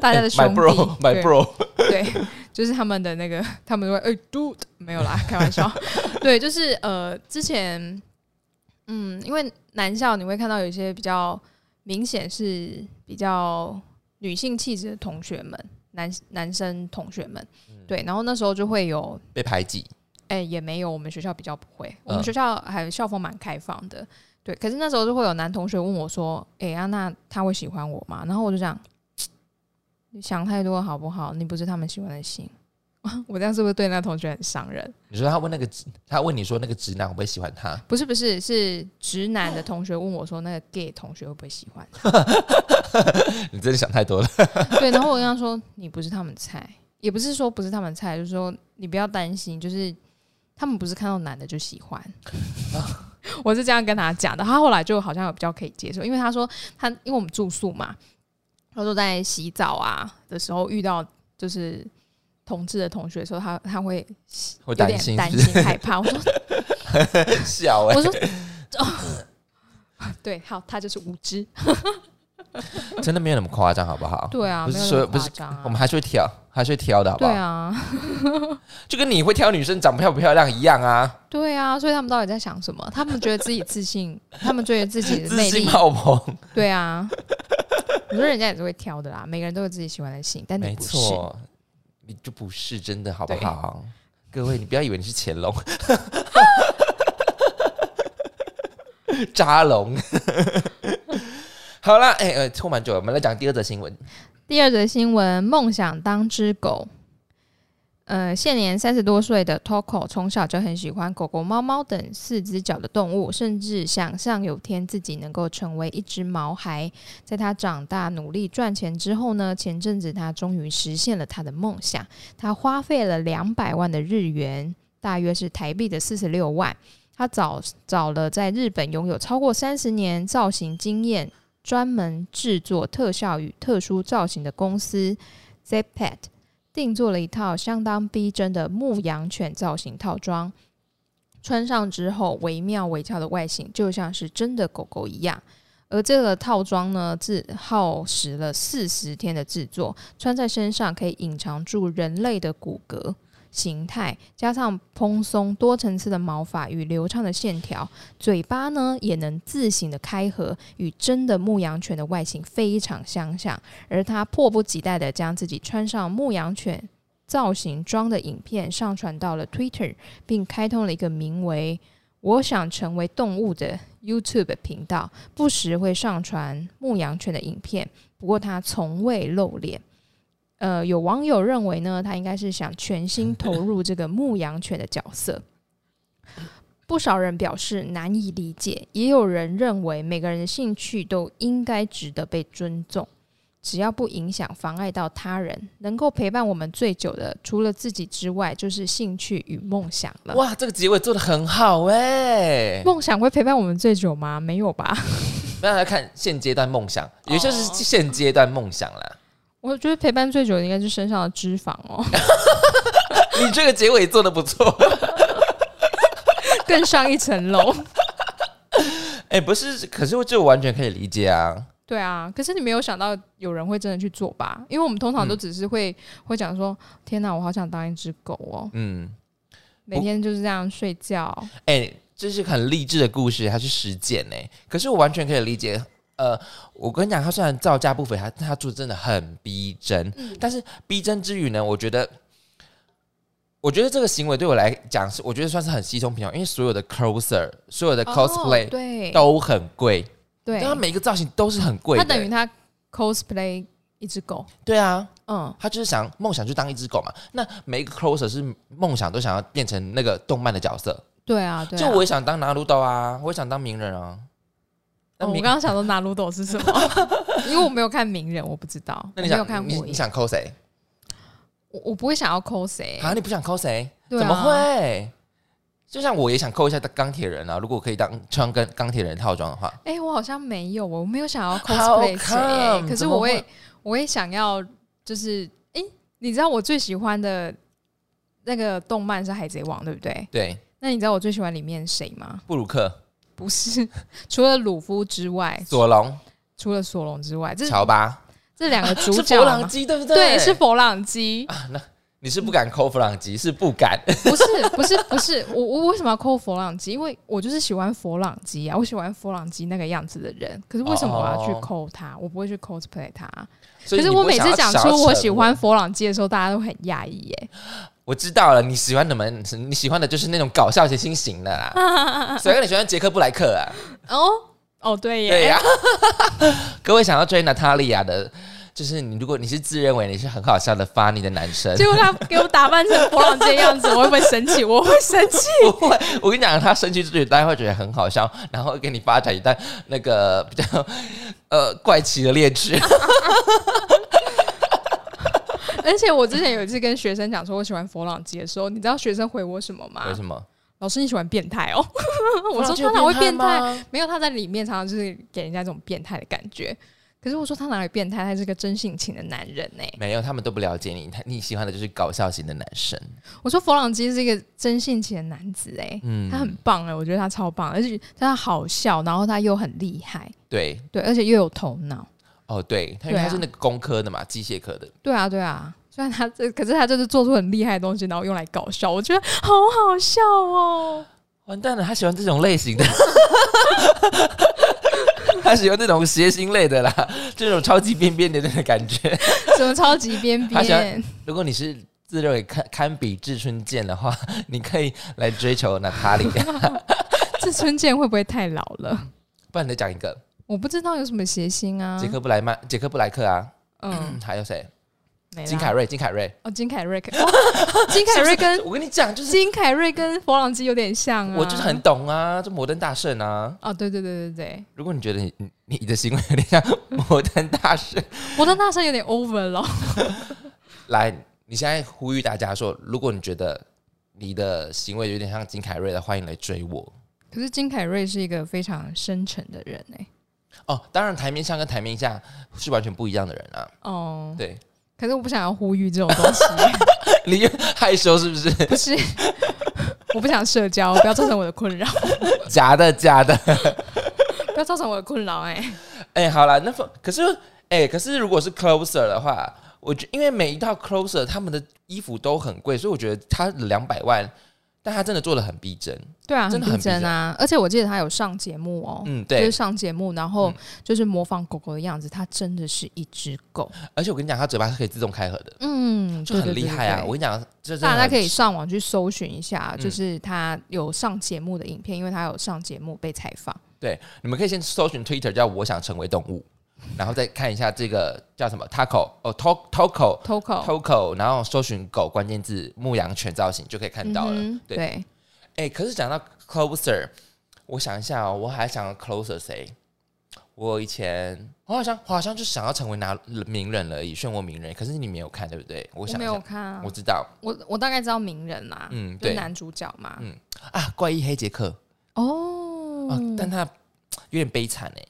大家的兄
My
弟
bro，My
对
哎 bro，
对，就是他们的那个， 他们都会哎、dude 没有啦， 开玩笑。对，就是呃，之前嗯，因为男校你会看到有一些比较明显是比较女性气质的同学们，男男生同学们，对，然后那时候就会有。
被排挤，
哎、也没有，我们学校比较不会，我们
嗯
学校还校风蛮开放的，对。可是那时候就会有男同学问我说：“哎、呀、那他会喜欢我吗？”然后我就想，你想太多好不好？你不是他们喜欢的型。 我这样是不是对那同学很伤人？
你说他问那个直，他问你说那个直男会不会喜欢他？
不是不是，是直男的同学问我说，那个 gay 同学会不会喜欢？
你真的想太多了。
对，然后我跟他说，你不是他们菜，也不是说不是他们菜，就是说你不要担心，就是他们不是看到男的就喜欢。 我是这样跟他讲的，他后来就好像有比较可以接受，因为他说他因为我们住宿嘛，他说在洗澡啊的时候遇到就是同志的同学的时候，他他会
我
有
担
点
心
担
是不是
心害怕。 我说
笑哎、
我说 哦，对，好，他就是无知，
真的没有那么夸张，好不好？
对啊，
不是
没有
所
那
有
么
不
夸
是
张啊
我们还是会挑，还是会挑的，好不
对
好？
啊。
就跟你会挑女生长漂不漂亮一样啊，
对啊，所以他们到底在想什么？他们觉得自己自 信，他们觉得自己的
自
魅
信
力，
爆棚，
对啊。我觉得人家也是会挑的啦，每个人都有自己喜欢的型，但哎你
没
不是。
错，你就不是真的，好不好？各位，你不要以为你是乾隆， 扎龙。好啦，哎、呃，拖蛮久了，我们来讲第二则新闻。
第二则新闻：梦想当只狗。呃，现年三十多岁的 Toco 从小就很喜欢狗狗、猫猫等四只脚的动物，甚至想象有天自己能够成为一只毛孩。在他长大努力赚钱之后呢，前阵子他终于实现了他的梦想。他花费了两百万的日元，大约是台币的四十六万。他找找了在日本拥有超过三十年造型经验，专门制作特效与特殊造型的公司 Zepet 定做了一套相当逼真的牧羊犬造型套装。穿上之后，惟妙惟肖的外形就像是真的狗狗一样。而这个套装呢，制耗时了四十天的制作，穿在身上可以隐藏住人类的骨骼。形态，加上蓬松多层次的毛发与流畅的线条，嘴巴呢也能自行的开合，与真的牧羊犬的外形非常相像。而他迫不及待地将自己穿上牧羊犬造型装的影片上传到了 Twitter，并开通了一个名为“我想成为动物”的 YouTube 频道，不时会上传牧羊犬的影片，不过他从未露脸。呃，有网友认为呢，他应该是想全心投入这个牧羊犬的角色。不少人表示难以理解，也有人认为每个人的兴趣都应该值得被尊重，只要不影响、妨碍到他人。能够陪伴我们最久的，除了自己之外，就是兴趣与梦想了。
哇，这个结尾做的很好哎、欸！
梦想会陪伴我们最久吗？没有吧？
那要看现阶段梦想，也就是
哦
现阶段梦想啦。
我觉得陪伴最久的应该是身上的脂肪哦。
你这个结尾做的不错，
更上一层楼。
哎、欸，不是，可是我这完全可以理解啊。
对啊，可是你没有想到有人会真的去做吧？因为我们通常都只是会、嗯、会讲说：“天哪，我好想当一只狗哦。”嗯，每天就是这样睡觉。
哎、欸，这是很励志的故事，它是实践呢、欸。可是我完全可以理解。呃，我跟你讲，他虽然造价不菲，他他做真的很逼真，嗯、但是逼真之余呢，我觉得，我觉得这个行为对我来讲是，我觉得算是很稀松平常，因为所有的 coser，所有的 cosplay、哦、
对
都很贵，
对，
他每个造型都是很贵，
他等于他 cosplay 一只狗，
对啊，嗯，他就是想梦想就当一只狗嘛，那每一个 coser 是梦想都想要变成那个动漫的角色，
对啊，对啊
就我也想当拿鲁豆啊，我也想当名人啊。
哦、我刚刚想说拿鲁斗是什么， 因为我没有看名人，我不知道。
那
你
想
没有看
你你想抠谁？
我我不会想要抠谁
啊！你不想抠谁？
对啊、
怎么会？就像我也想抠一下钢铁人啊！如果可以当穿跟钢铁人套装的话，
哎、欸，我好像没有，我没有 想要 cosplay 谁、欸，可是我会我会想要就是哎、欸，你知道我最喜欢的那个动漫是《海贼王》，对不对？
对。
那你知道我最喜欢里面谁吗？
布鲁克。
不是， 除了鲁夫之外，
索隆，
除了索隆之外，这
乔巴
这两 个呃主角
是弗朗基，对不对？
对，是弗朗基
啊。那你是不敢抠弗朗基，是不敢？
不是，不是，不是。我我为什么要抠弗朗基？因为我就是喜欢弗朗基啊，我喜欢弗朗基那个样子的人。可是为什么我要
哦
去抠他？我不会去 cosplay 他。可是我每次讲出我喜欢弗朗基的时候，大家都很讶异耶。
我知道了，你喜欢的们，你喜欢的就是那种搞笑谐星型的 啦。谁让你喜欢杰克布莱克啊？
哦哦，对耶，
对呀、 啊。各位想要追娜塔莉亚的，就是你，如果你是自认为你是很好笑的 funny 的男生，
结果他给我打扮成弗朗这样子，我会不会生气？我会生气。
不会，我跟你讲，他生气之后，大家会觉得很好笑，然后给你发展一段那个比较呃怪奇的劣质。
而且我之前有一次跟学生讲说我喜欢佛朗基的时候，你知道学生回我什么吗？
为什么？
老师你喜欢变态 哦？我说他哪会变态？没有，他在里面常常就是给人家这种变态的感觉。可是我说他哪里变态？他是个真性情的男人呢、欸。
没有，他们都不了解你。他你喜欢的就是搞笑型的男生。
我说佛朗基是一个真性情的男子哎、欸，嗯，他很棒哎、欸，我觉得他超棒，而且他好笑，然后他又很厉害，
对
对，而且又有头脑。
哦，对，他因为他是那个工科的嘛，机、啊、械科的。
对啊，对啊，虽然他这，可是他就是做出很厉害的东西，然后用来搞笑，我觉得好好笑哦。
完蛋了，他喜欢这种类型的，他喜欢这种谐星类的啦，这种超级边边的那种感觉。
什么超级边 边？
如果你是自认为堪堪比志春健的话， 你可以来追求娜塔莉。
志春健会不会太老了？
不然你再讲一个。
我不知道有什么谐星啊，
杰克布莱曼、杰克布莱克啊，嗯，还有谁？金凯瑞、金凯瑞
哦，金凯瑞，啊哦金凯瑞跟
我跟你讲，就是
金凯瑞跟弗朗基有点像啊。
我就是很懂啊，就摩登大圣啊。
哦，对对对对对。
如果你觉得你你的行为有点像摩登大圣，
摩登大圣有点 over 了。
来，你现在呼吁大家说，如果你觉得你的行为有点像金凯瑞的，欢迎来追我。
可是金凯瑞是一个非常深沉的人哎。
哦，当然，台面上跟台面下是完全不一样的人啊。哦，对，
可是我不想要呼吁这种东 西。
你害羞是不是？
不是，我不想社交，不要造成我的困扰。
假的，假的。
不要造成我的困扰哎、
哎、好了，那份可是哎、可是如果是 closer 的话，我觉因为每一套 closer 他们的衣服都很贵，所以我觉得他两百万，但他真的做的很逼真。
对啊，
真的
逼
很逼
真啊！而且我记得他有上节目哦，
嗯，
就
对
是。上节目，然后
嗯
就是模仿狗狗的样子，它真的是一只狗。
而且我跟你讲，他嘴巴是可以自动开合的，
嗯，
就很厉害啊！
对对对对
我跟你讲，这真的
大家
很
可以上网去搜寻一下，
嗯
就是他有上节目的影片，因为他有上节目被采访。
对，你们可以先搜寻 Twitter 叫“我想成为动 物”，然后再看一下这个叫什么 Taco 哦 To- Toco
Toco
Toco，然后搜寻狗关键字牧羊犬造型就可以看到了。
嗯哼
对
对，
哎、可是讲到 Closer，我想一下哦，我还想 Closer 谁？我以前我好像我好像就想要成为拿名人而已，漩涡名人。可是你没有看对不对？我
我
想一
没
下，
有
我
看啊，
知道
我我大概知道名人啦，
嗯
就是
对
男主角嘛
嗯。啊，怪异黑杰克啊，
哦，
但他有点悲惨哎，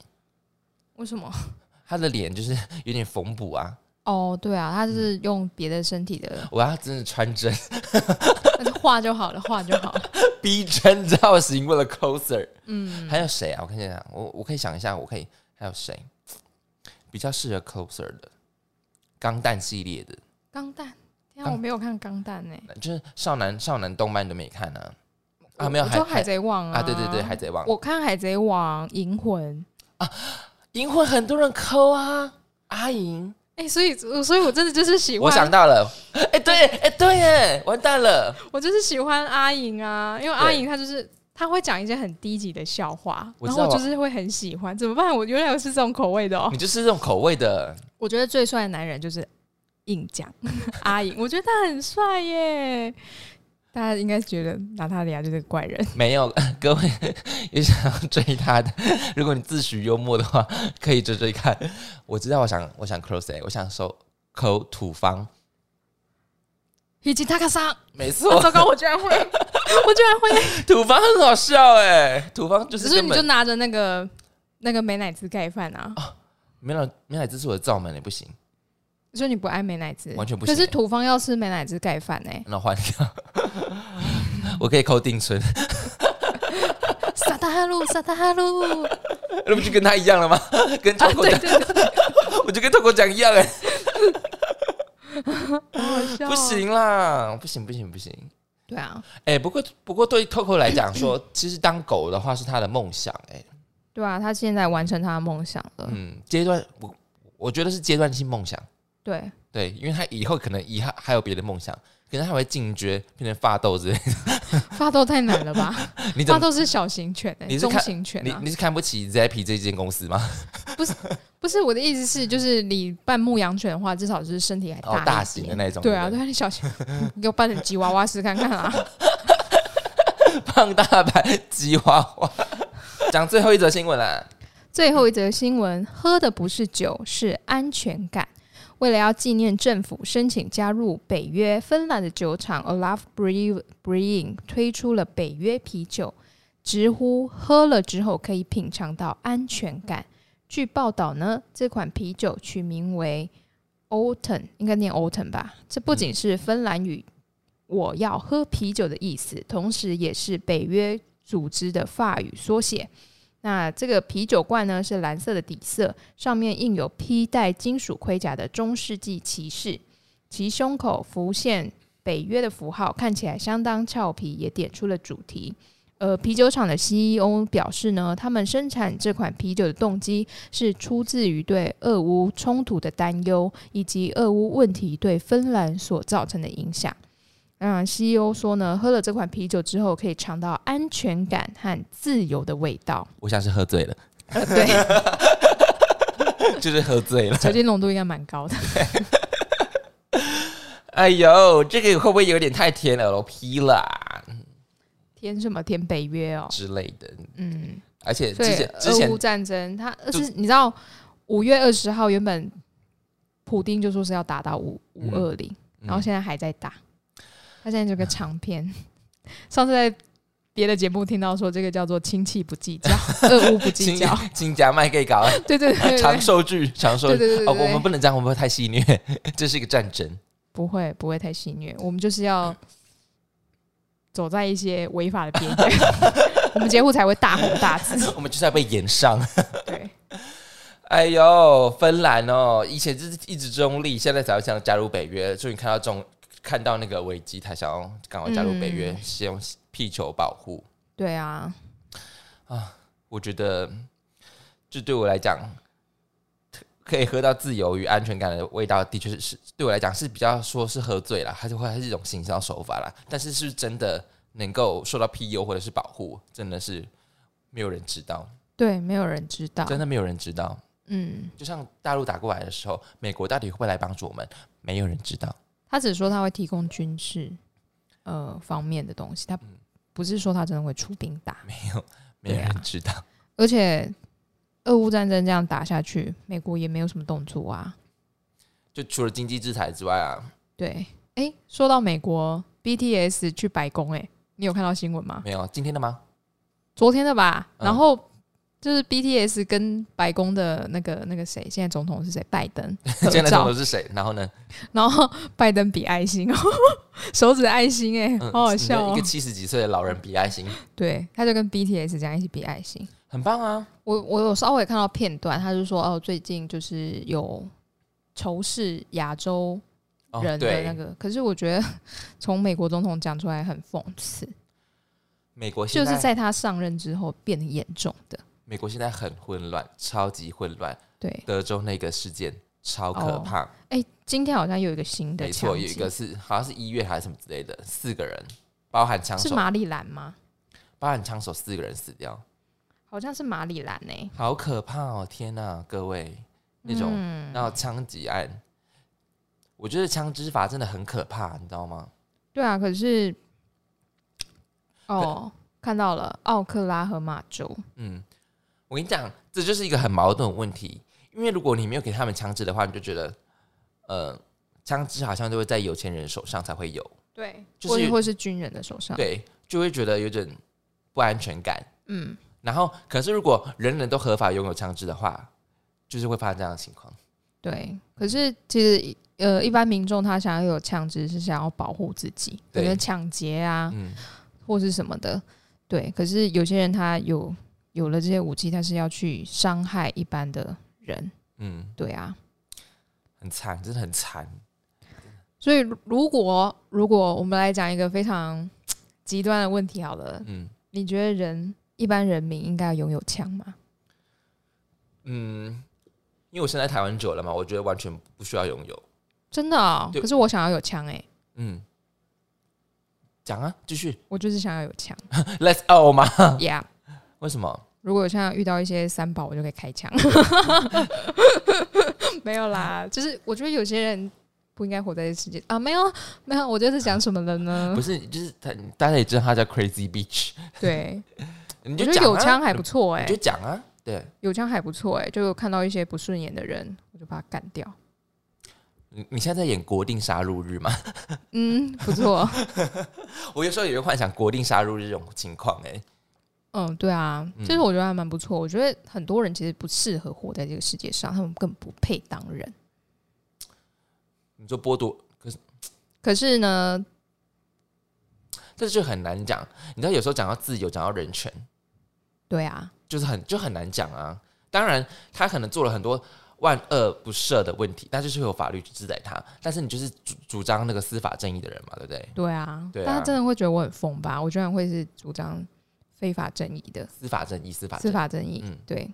为什么？
他的脸就是 有点缝补啊，
哦，对啊，他
嗯
是用别的身体的
我要真的穿针。
但是画就好了，画就好了。
逼真造型为了 coser，
嗯，
还有谁啊？我看一下，我我可以想一下，我可以还有谁比较适合 coser 的？钢弹系列的，
钢弹，天啊，
钢
我没有看钢弹呢。
就是少男少男动漫都没看呢、啊。没有
我
海
就海贼王
啊，对对对，海贼王，
我看海贼王银魂，
银魂很多人抠啊，阿银，
哎、所以，所以我真的就是喜欢，
我想到了，哎、对，哎、对，哎，完蛋了，
我就是喜欢阿颖啊，因为阿
对
颖她就是她会讲一些很低级的笑话，
我
然
知
后我
道
就
啊
是会很喜欢。怎么办？我原来我是这种口味的哦
你。就是这种口味的，
我觉得最帅的男人就是硬讲 阿颖，我觉得他很帅耶。大家应该觉得娜塔莉亚就是个怪人，
没有，各位有想要追他的，如果你自诩幽默的话，可以追追看。我知道，我想，我想 close，、欸、我想收抠土方，
以及塔卡 桑。
没
啊
错，
糟糕，我居然 会，我居然会，
土方很好笑哎、土方就
只
是
是
根
你就
本
拿着那个那个美乃滋盖饭啊，
没奶没奶，这是我的罩门也不行，
所以你不爱美乃滋，
完全不
可
行
是
欸
土方要吃美乃滋盖饭哎，
那我换掉， 我可以抠定存，
撒达哈鲁，撒达哈 鲁，啊，
那不就跟他一样了吗？ 跟 t o
对对啊对，
我就跟 t o 讲一样哎、
好好笑哦
不，行啦，不行不行不行。
对啊，
哎、不过不过对 Coco 来讲说， 其实当狗的话是他的梦想哎、
对啊，他现在完成他的梦想了，
嗯，阶段我我觉得是阶段性梦想，
对，
对，因为他以后可能以后还有别的梦想，可能他会进阶变成发豆之类的。
发豆太难了吧？
你怎么？
发豆是小型犬哎、
你是
中
看
型犬
你
啊，
你是看不起 Zappy 这间公司吗？
不是我的意思是，就是你办牧羊犬的话，至少就是身体还大、
哦，大型的。那种。
对啊，对
不
啊，你小型，你给我扮成吉娃娃试看看啊！
对， 胖大版吉娃娃。讲最后一则新闻啦，
最后一则新闻：喝的不是酒，是安全感。为了要纪念政府申请加入北约，芬兰的酒厂 Olaf Brew- Brewing 推出了北约啤酒，直呼喝了之后可以品尝到安全感。据报道呢，这款啤酒取名为 Oten，应该念 Oten 吧？这不仅是芬兰语“我要喝啤酒”的意思，同时也是北约组织的法语缩写。那这个啤酒罐呢是蓝色的底色，上面印有披戴金属盔甲的中世纪骑士，其胸口浮现北约的符号，看起来相当俏皮，也点出了主题。呃，啤酒厂的 CEO 表示呢，他们生产这款啤酒的动机是出自于对俄乌冲突的担忧，以及俄乌问题对芬兰所造成的影响。嗯，CEO 说呢，喝了这款啤酒之后，可以尝到安全感和自由的味道。
我像是喝醉 了，
对，
就是喝醉了。
酒精浓度应该蛮高的。
哎呦，这个会不会有点太甜了？LP 啦
填什么填北约哦？
之类的，
嗯，
而且
所
之
以
前之
俄
前
乌战争，它
就是
你知道五月二十号原本普丁就说是要打到五五
嗯
二零，
嗯
然后现在还在打，他现在这个长篇， 上次在。别的节目听到说这个叫做亲戚不计较， 俄乌不计
亲
较，
亲家麦给搞
对对 对 对
长
对，
寿剧，长寿
对
剧。
对对对
哦，
对
我们不能这样，我们会太戏虐， 这是一个战争。
不会不会 太戏虐，我们就是要走在一些违法的边缘，我们节目才会大红大紫。
我们就是要被演上。
对，
哎呦，芬兰哦，以前就是一直中立，现在才会想加入北约。终于看到中看到那个危机，他想要赶快加入北约，
嗯
使用皮球保护。
对啊，
我觉得这对我来讲，可以喝到自由与安全感的味道，的确是是对我来讲是比较说是喝醉了，还是会还是一种行销手法啦。但是是不是真的能够受到 PU 或者是保护，真的是没有人知道，
对，没有人知道。
真的没有人知道。
嗯，
就像大陆打过来的时候，美国到底会不会来帮助我们，没有人知道。
他只说他会提供军事呃方面的东西，
嗯
他不是说他真的会出兵打。
没有，没有
对啊
人知道。
而且，俄乌战争这样打下去，美国也没有什么动作啊。
就除了经济制裁之外啊，
对，哎、说到美国 BTS 去白宫，哎，你有看到新闻吗？
没有今天的吗？
昨天的吧。
嗯
然后就是 BTS 跟白宫的那个那个谁，现在总统是谁？拜登合
现在总
照
统，是谁？然后呢？嗯
然后拜登比爱心，哦 手指爱心、哎、
嗯
好好笑
一
哦
个。七十几岁的老人比爱心，
对，他就跟 BTS 这样一起比爱心。
很棒啊。
我我有稍微看到片段，他就说哦，最近就是有仇视亚洲
哦
人的
对
那个。可是我觉得 从美国总统讲出来很讽刺，
美国
就
现
是
在
在他上任之后变得严重的。
美国现在很混乱，超级混乱。
对，
德州那个事件超可怕，
哎、今天好像有一个新的
没错，
枪
有
击，
一个是好像是一月还是什么之类的，四个人，包含枪
是
手，
马里兰吗？
包含枪手四个人死掉，
好像是马里兰欸呢、
好可怕哦！天哪、各位，那种、
嗯、
然后枪击案，我觉得枪支法真的很可怕，你知道吗？
对啊，可是哦，看到了奥克拉荷马州，
嗯，我跟你讲，这就是一个很矛盾的问题，因为如果你没有给他们枪支的话，你就觉得，呃，枪支好像都会在有钱人手上才会有，
对，
就是
或是
有
或是军人的手上，，
对，就会觉得有点不安全感。
嗯，
然后，可是如果人人都合法拥有枪支的话，就是会发生这样的情况。
对。可是其实呃，一般民众他想要有枪支是想要保护自己，可
对
能抢劫啊，
嗯，
或是什么的，对。可是有些人他有有了这些武器，他是要去伤害一般的人，
嗯，
对啊。
很惨，真的很惨。
所以如如果如果我们来讲一个非常极端的问题好了，
嗯
你觉得人一般人民应该拥有枪吗？
嗯，因为我现在台湾久了嘛，我觉得完全不需要拥有。
真的哦，
对
可是我想要有枪哎、
嗯，讲啊，继续
我就是想要有枪
，Let's go 嘛？
呀。Yeah
为什么？
如果像遇到一些三宝，我就可以开 枪。没有啦，就是我觉得有些人不应该活在这世界啊。没有没有，我就是讲什么了呢
啊不？是，
嗯
就是他，大家也知道他叫 Crazy Beach，
对，
你
我
就
觉得
讲、啊、
有枪还不错哎、
你就讲啊。对，
有枪还不错哎、就有看到一些不顺眼的人，我就把他干掉。
你你现在在演国定杀戮日吗？
嗯，不错。
我有时候也会幻想国定杀戮日这种情况、欸，哎，
嗯，对啊，就是我觉得还蛮不错。我觉得很多人其实不适合活在这个世界上，他们更不配当人。
你说剥夺
可是呢，
这就很难讲。你知道，有时候讲到自由，讲到人权，
对啊，
就是很就很难讲啊。当然，他可能做了很多万恶不赦的问题，但就是会有法律去制裁他。但是你就是主主张那个司法正义的人嘛，对不对？
对啊，
对啊
大家真的会觉得我很疯吧？我居然会是主张非法正义的
司法正义，司法
司
正义
法正义，
嗯
对，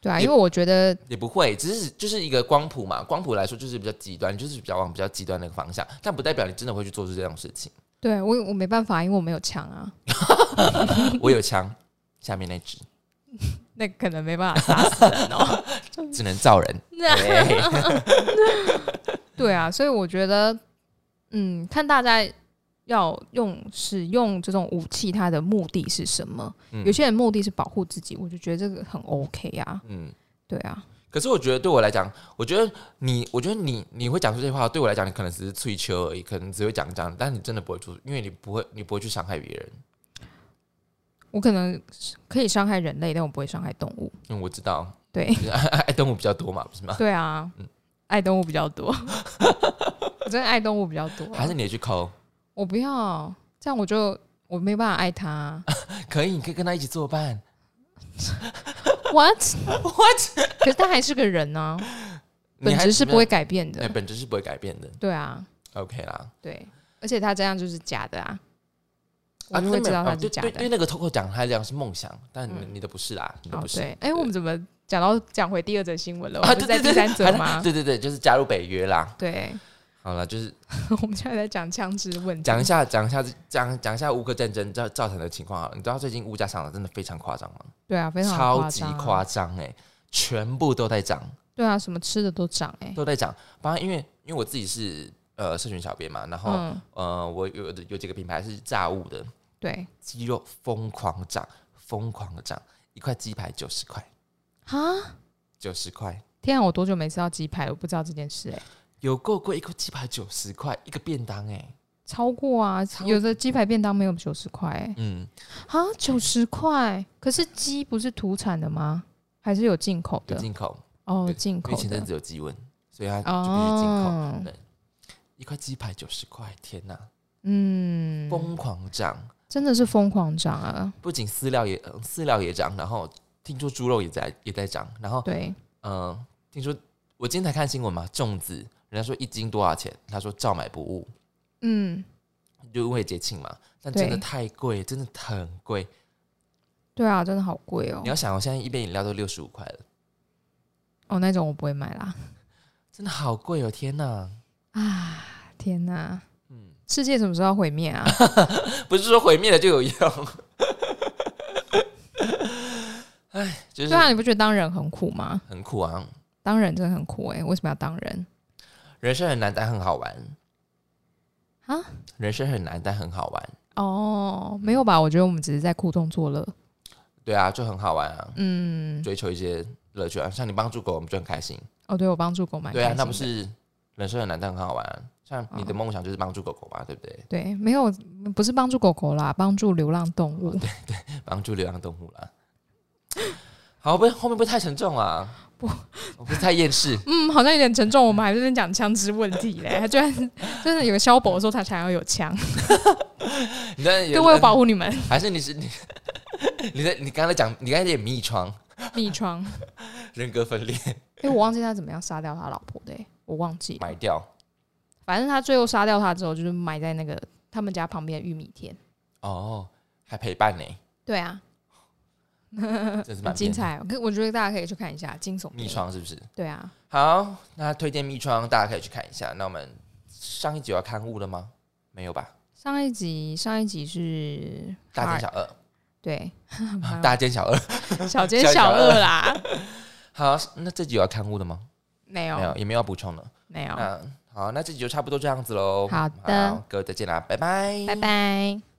对啊，
也
因为我觉得
也不会，只是就是一个光谱嘛。光谱来说就是比较极端，就是比较往比较极端那个方向，但不代表你真的会去做出这种事 情。
对啊我我没办法，因为我没有枪啊，
我有枪，下面那只
那可能没办法 杀死人哦。
只能造人。
那
哎
对啊，所以我觉得，嗯，看大家要用使用这种武器，它的目的是什么？
嗯
有些人目的是保护自己，我就觉得这个很 OK 啊。
嗯。
对啊，
可是我觉得对我来讲，我觉得你，我觉得你你会讲出这些话，对我来讲，你可能只是吹球而已，可能只会讲讲，但你真的不会做，因为你不会，你不会去伤害别人。
我可能是可以伤害人类，但我不会伤害动物。
嗯，我知道， 哎
对
就是爱爱爱动物比较多嘛，不是吗？
对啊，
嗯
爱动物比较 多，我真的爱动物比较多啊、
嗯还是你也去抠？
我不要这样，我就我我没办法爱他、 啊。
可以，你可以跟他一起作伴。
What？
What？
可是他还是个人呢、
你
本
还
质是不会
没
改变
有，哎，
的。
本质是不会改变的。
对啊，
OK 啦，
对，而且他这样就是假的啊，我
啊，
就
那
会
没
知
有
道
啊
他是
对
假
对，因为
的。
那个脱口讲他来讲是梦想，但你
嗯
你的不是啦，你的
哦
不， 是。
对，哎，我们怎么讲到讲回第二则新闻了？我
啊，
们
对
不是在
对对，
第三则
啊
吗？
对对对，就是加入北约啦。
对，
好了，就是
我们现在在讲枪支问题。
讲一下，讲一下，讲讲一下乌克战争造造成的情况好了。你知道最近物价上涨真的非常夸张吗？
对啊，非常
超级
张啊
夸张哎，全部都在涨，
对啊，什么吃的都涨哎、
都在涨。反正因为因为我自己是呃社群小编嘛，然后、
嗯，
呃我有有几个品牌是炸物的，
对
鸡肉疯狂涨，疯狂的涨，一块鸡排九十块，
啊，
九十块。
天啊，我多久没吃到鸡排了？我不知道这件事哎、
有够贵，一块鸡排九十块，一个便当哎、
超过啊，
超
有的鸡排便当没有九十块哎，
嗯，
啊，九十块，可是鸡不是土产的吗？还是有进口
有
的？
啊进口，
哦，
对
进
因为
口
前阵
的
子有鸡瘟，所以它就必须进口。
哦
对，一块鸡排九十块，天哪，
嗯，
疯狂涨！
真的是疯狂涨啊！
不仅饲料也、呃饲料也涨，然后听说猪肉也在也在涨，然后
对，
嗯、呃听说我今天才看新闻嘛，粽子人家说一斤多少钱，他说照买不误，
嗯，
就因为节庆嘛，但真的
对
太贵，真的很贵。
对啊，真的好贵哦
你。要想哦，现在一杯饮料都六十五块了，
哦，那种我不会买啦。
真的好贵哦，天哪！
啊，天哪，
嗯，
世界什么时候要毁 灭啊？
不是说毁灭了就有用。 哎，就是
对啊，你不觉得当人很苦吗？
很苦啊，
当人真的很苦哎、为什么要当人？
人生很难，但很好玩
啊。
人生很难，但很好玩。
哦，没有吧？我觉得我们只是在苦中作乐。
对啊，就很好玩啊，
嗯，
追求一些乐趣啊。像你帮助狗，我们就很开心。
哦，对我帮助狗买，
对啊，那不是人生很难，但很好玩啊、像你的
哦
梦想就是帮助狗狗嘛，对不对？
对，没有不是帮助狗狗啦，帮助流浪动物。
帮助流浪动物啦。好，不，后面不太沉重啊，
不，
不是太厌世。
嗯，好像有点沉重。我们还在那边讲枪支问题 嘞，他居然真的有个消保的时候，他才要有枪。
你在
对，我有保护你们。
还是你 是你你在你刚才讲，你刚才有点密窗，
密窗，
人格分裂，
因为我忘记他怎么样杀掉他老婆的欸、我忘记了。
埋掉。
反正他最后杀掉他之后，就是埋在那个他们家旁边的玉米田。
哦，还陪伴呢，
对啊，
真是蛮
嗯很精
变态。
彩哦。可我觉得大家可以去看一下惊悚
密
片。
窗是不是？
对啊，
好，那推荐密窗，大家可以去看一下。那我们上一集有要刊物了吗？没有吧？
上一集上一集是
大
哈
奸小恶，
对，嗯
大奸小恶。
小奸
小
小
恶
恶啦，
好，那这集有要刊物的吗？
没有
没有，也没有要补充的。
没有，
那好，那这集就差不多这样子喽。
好的
各位再见啦，拜拜，
拜。拜。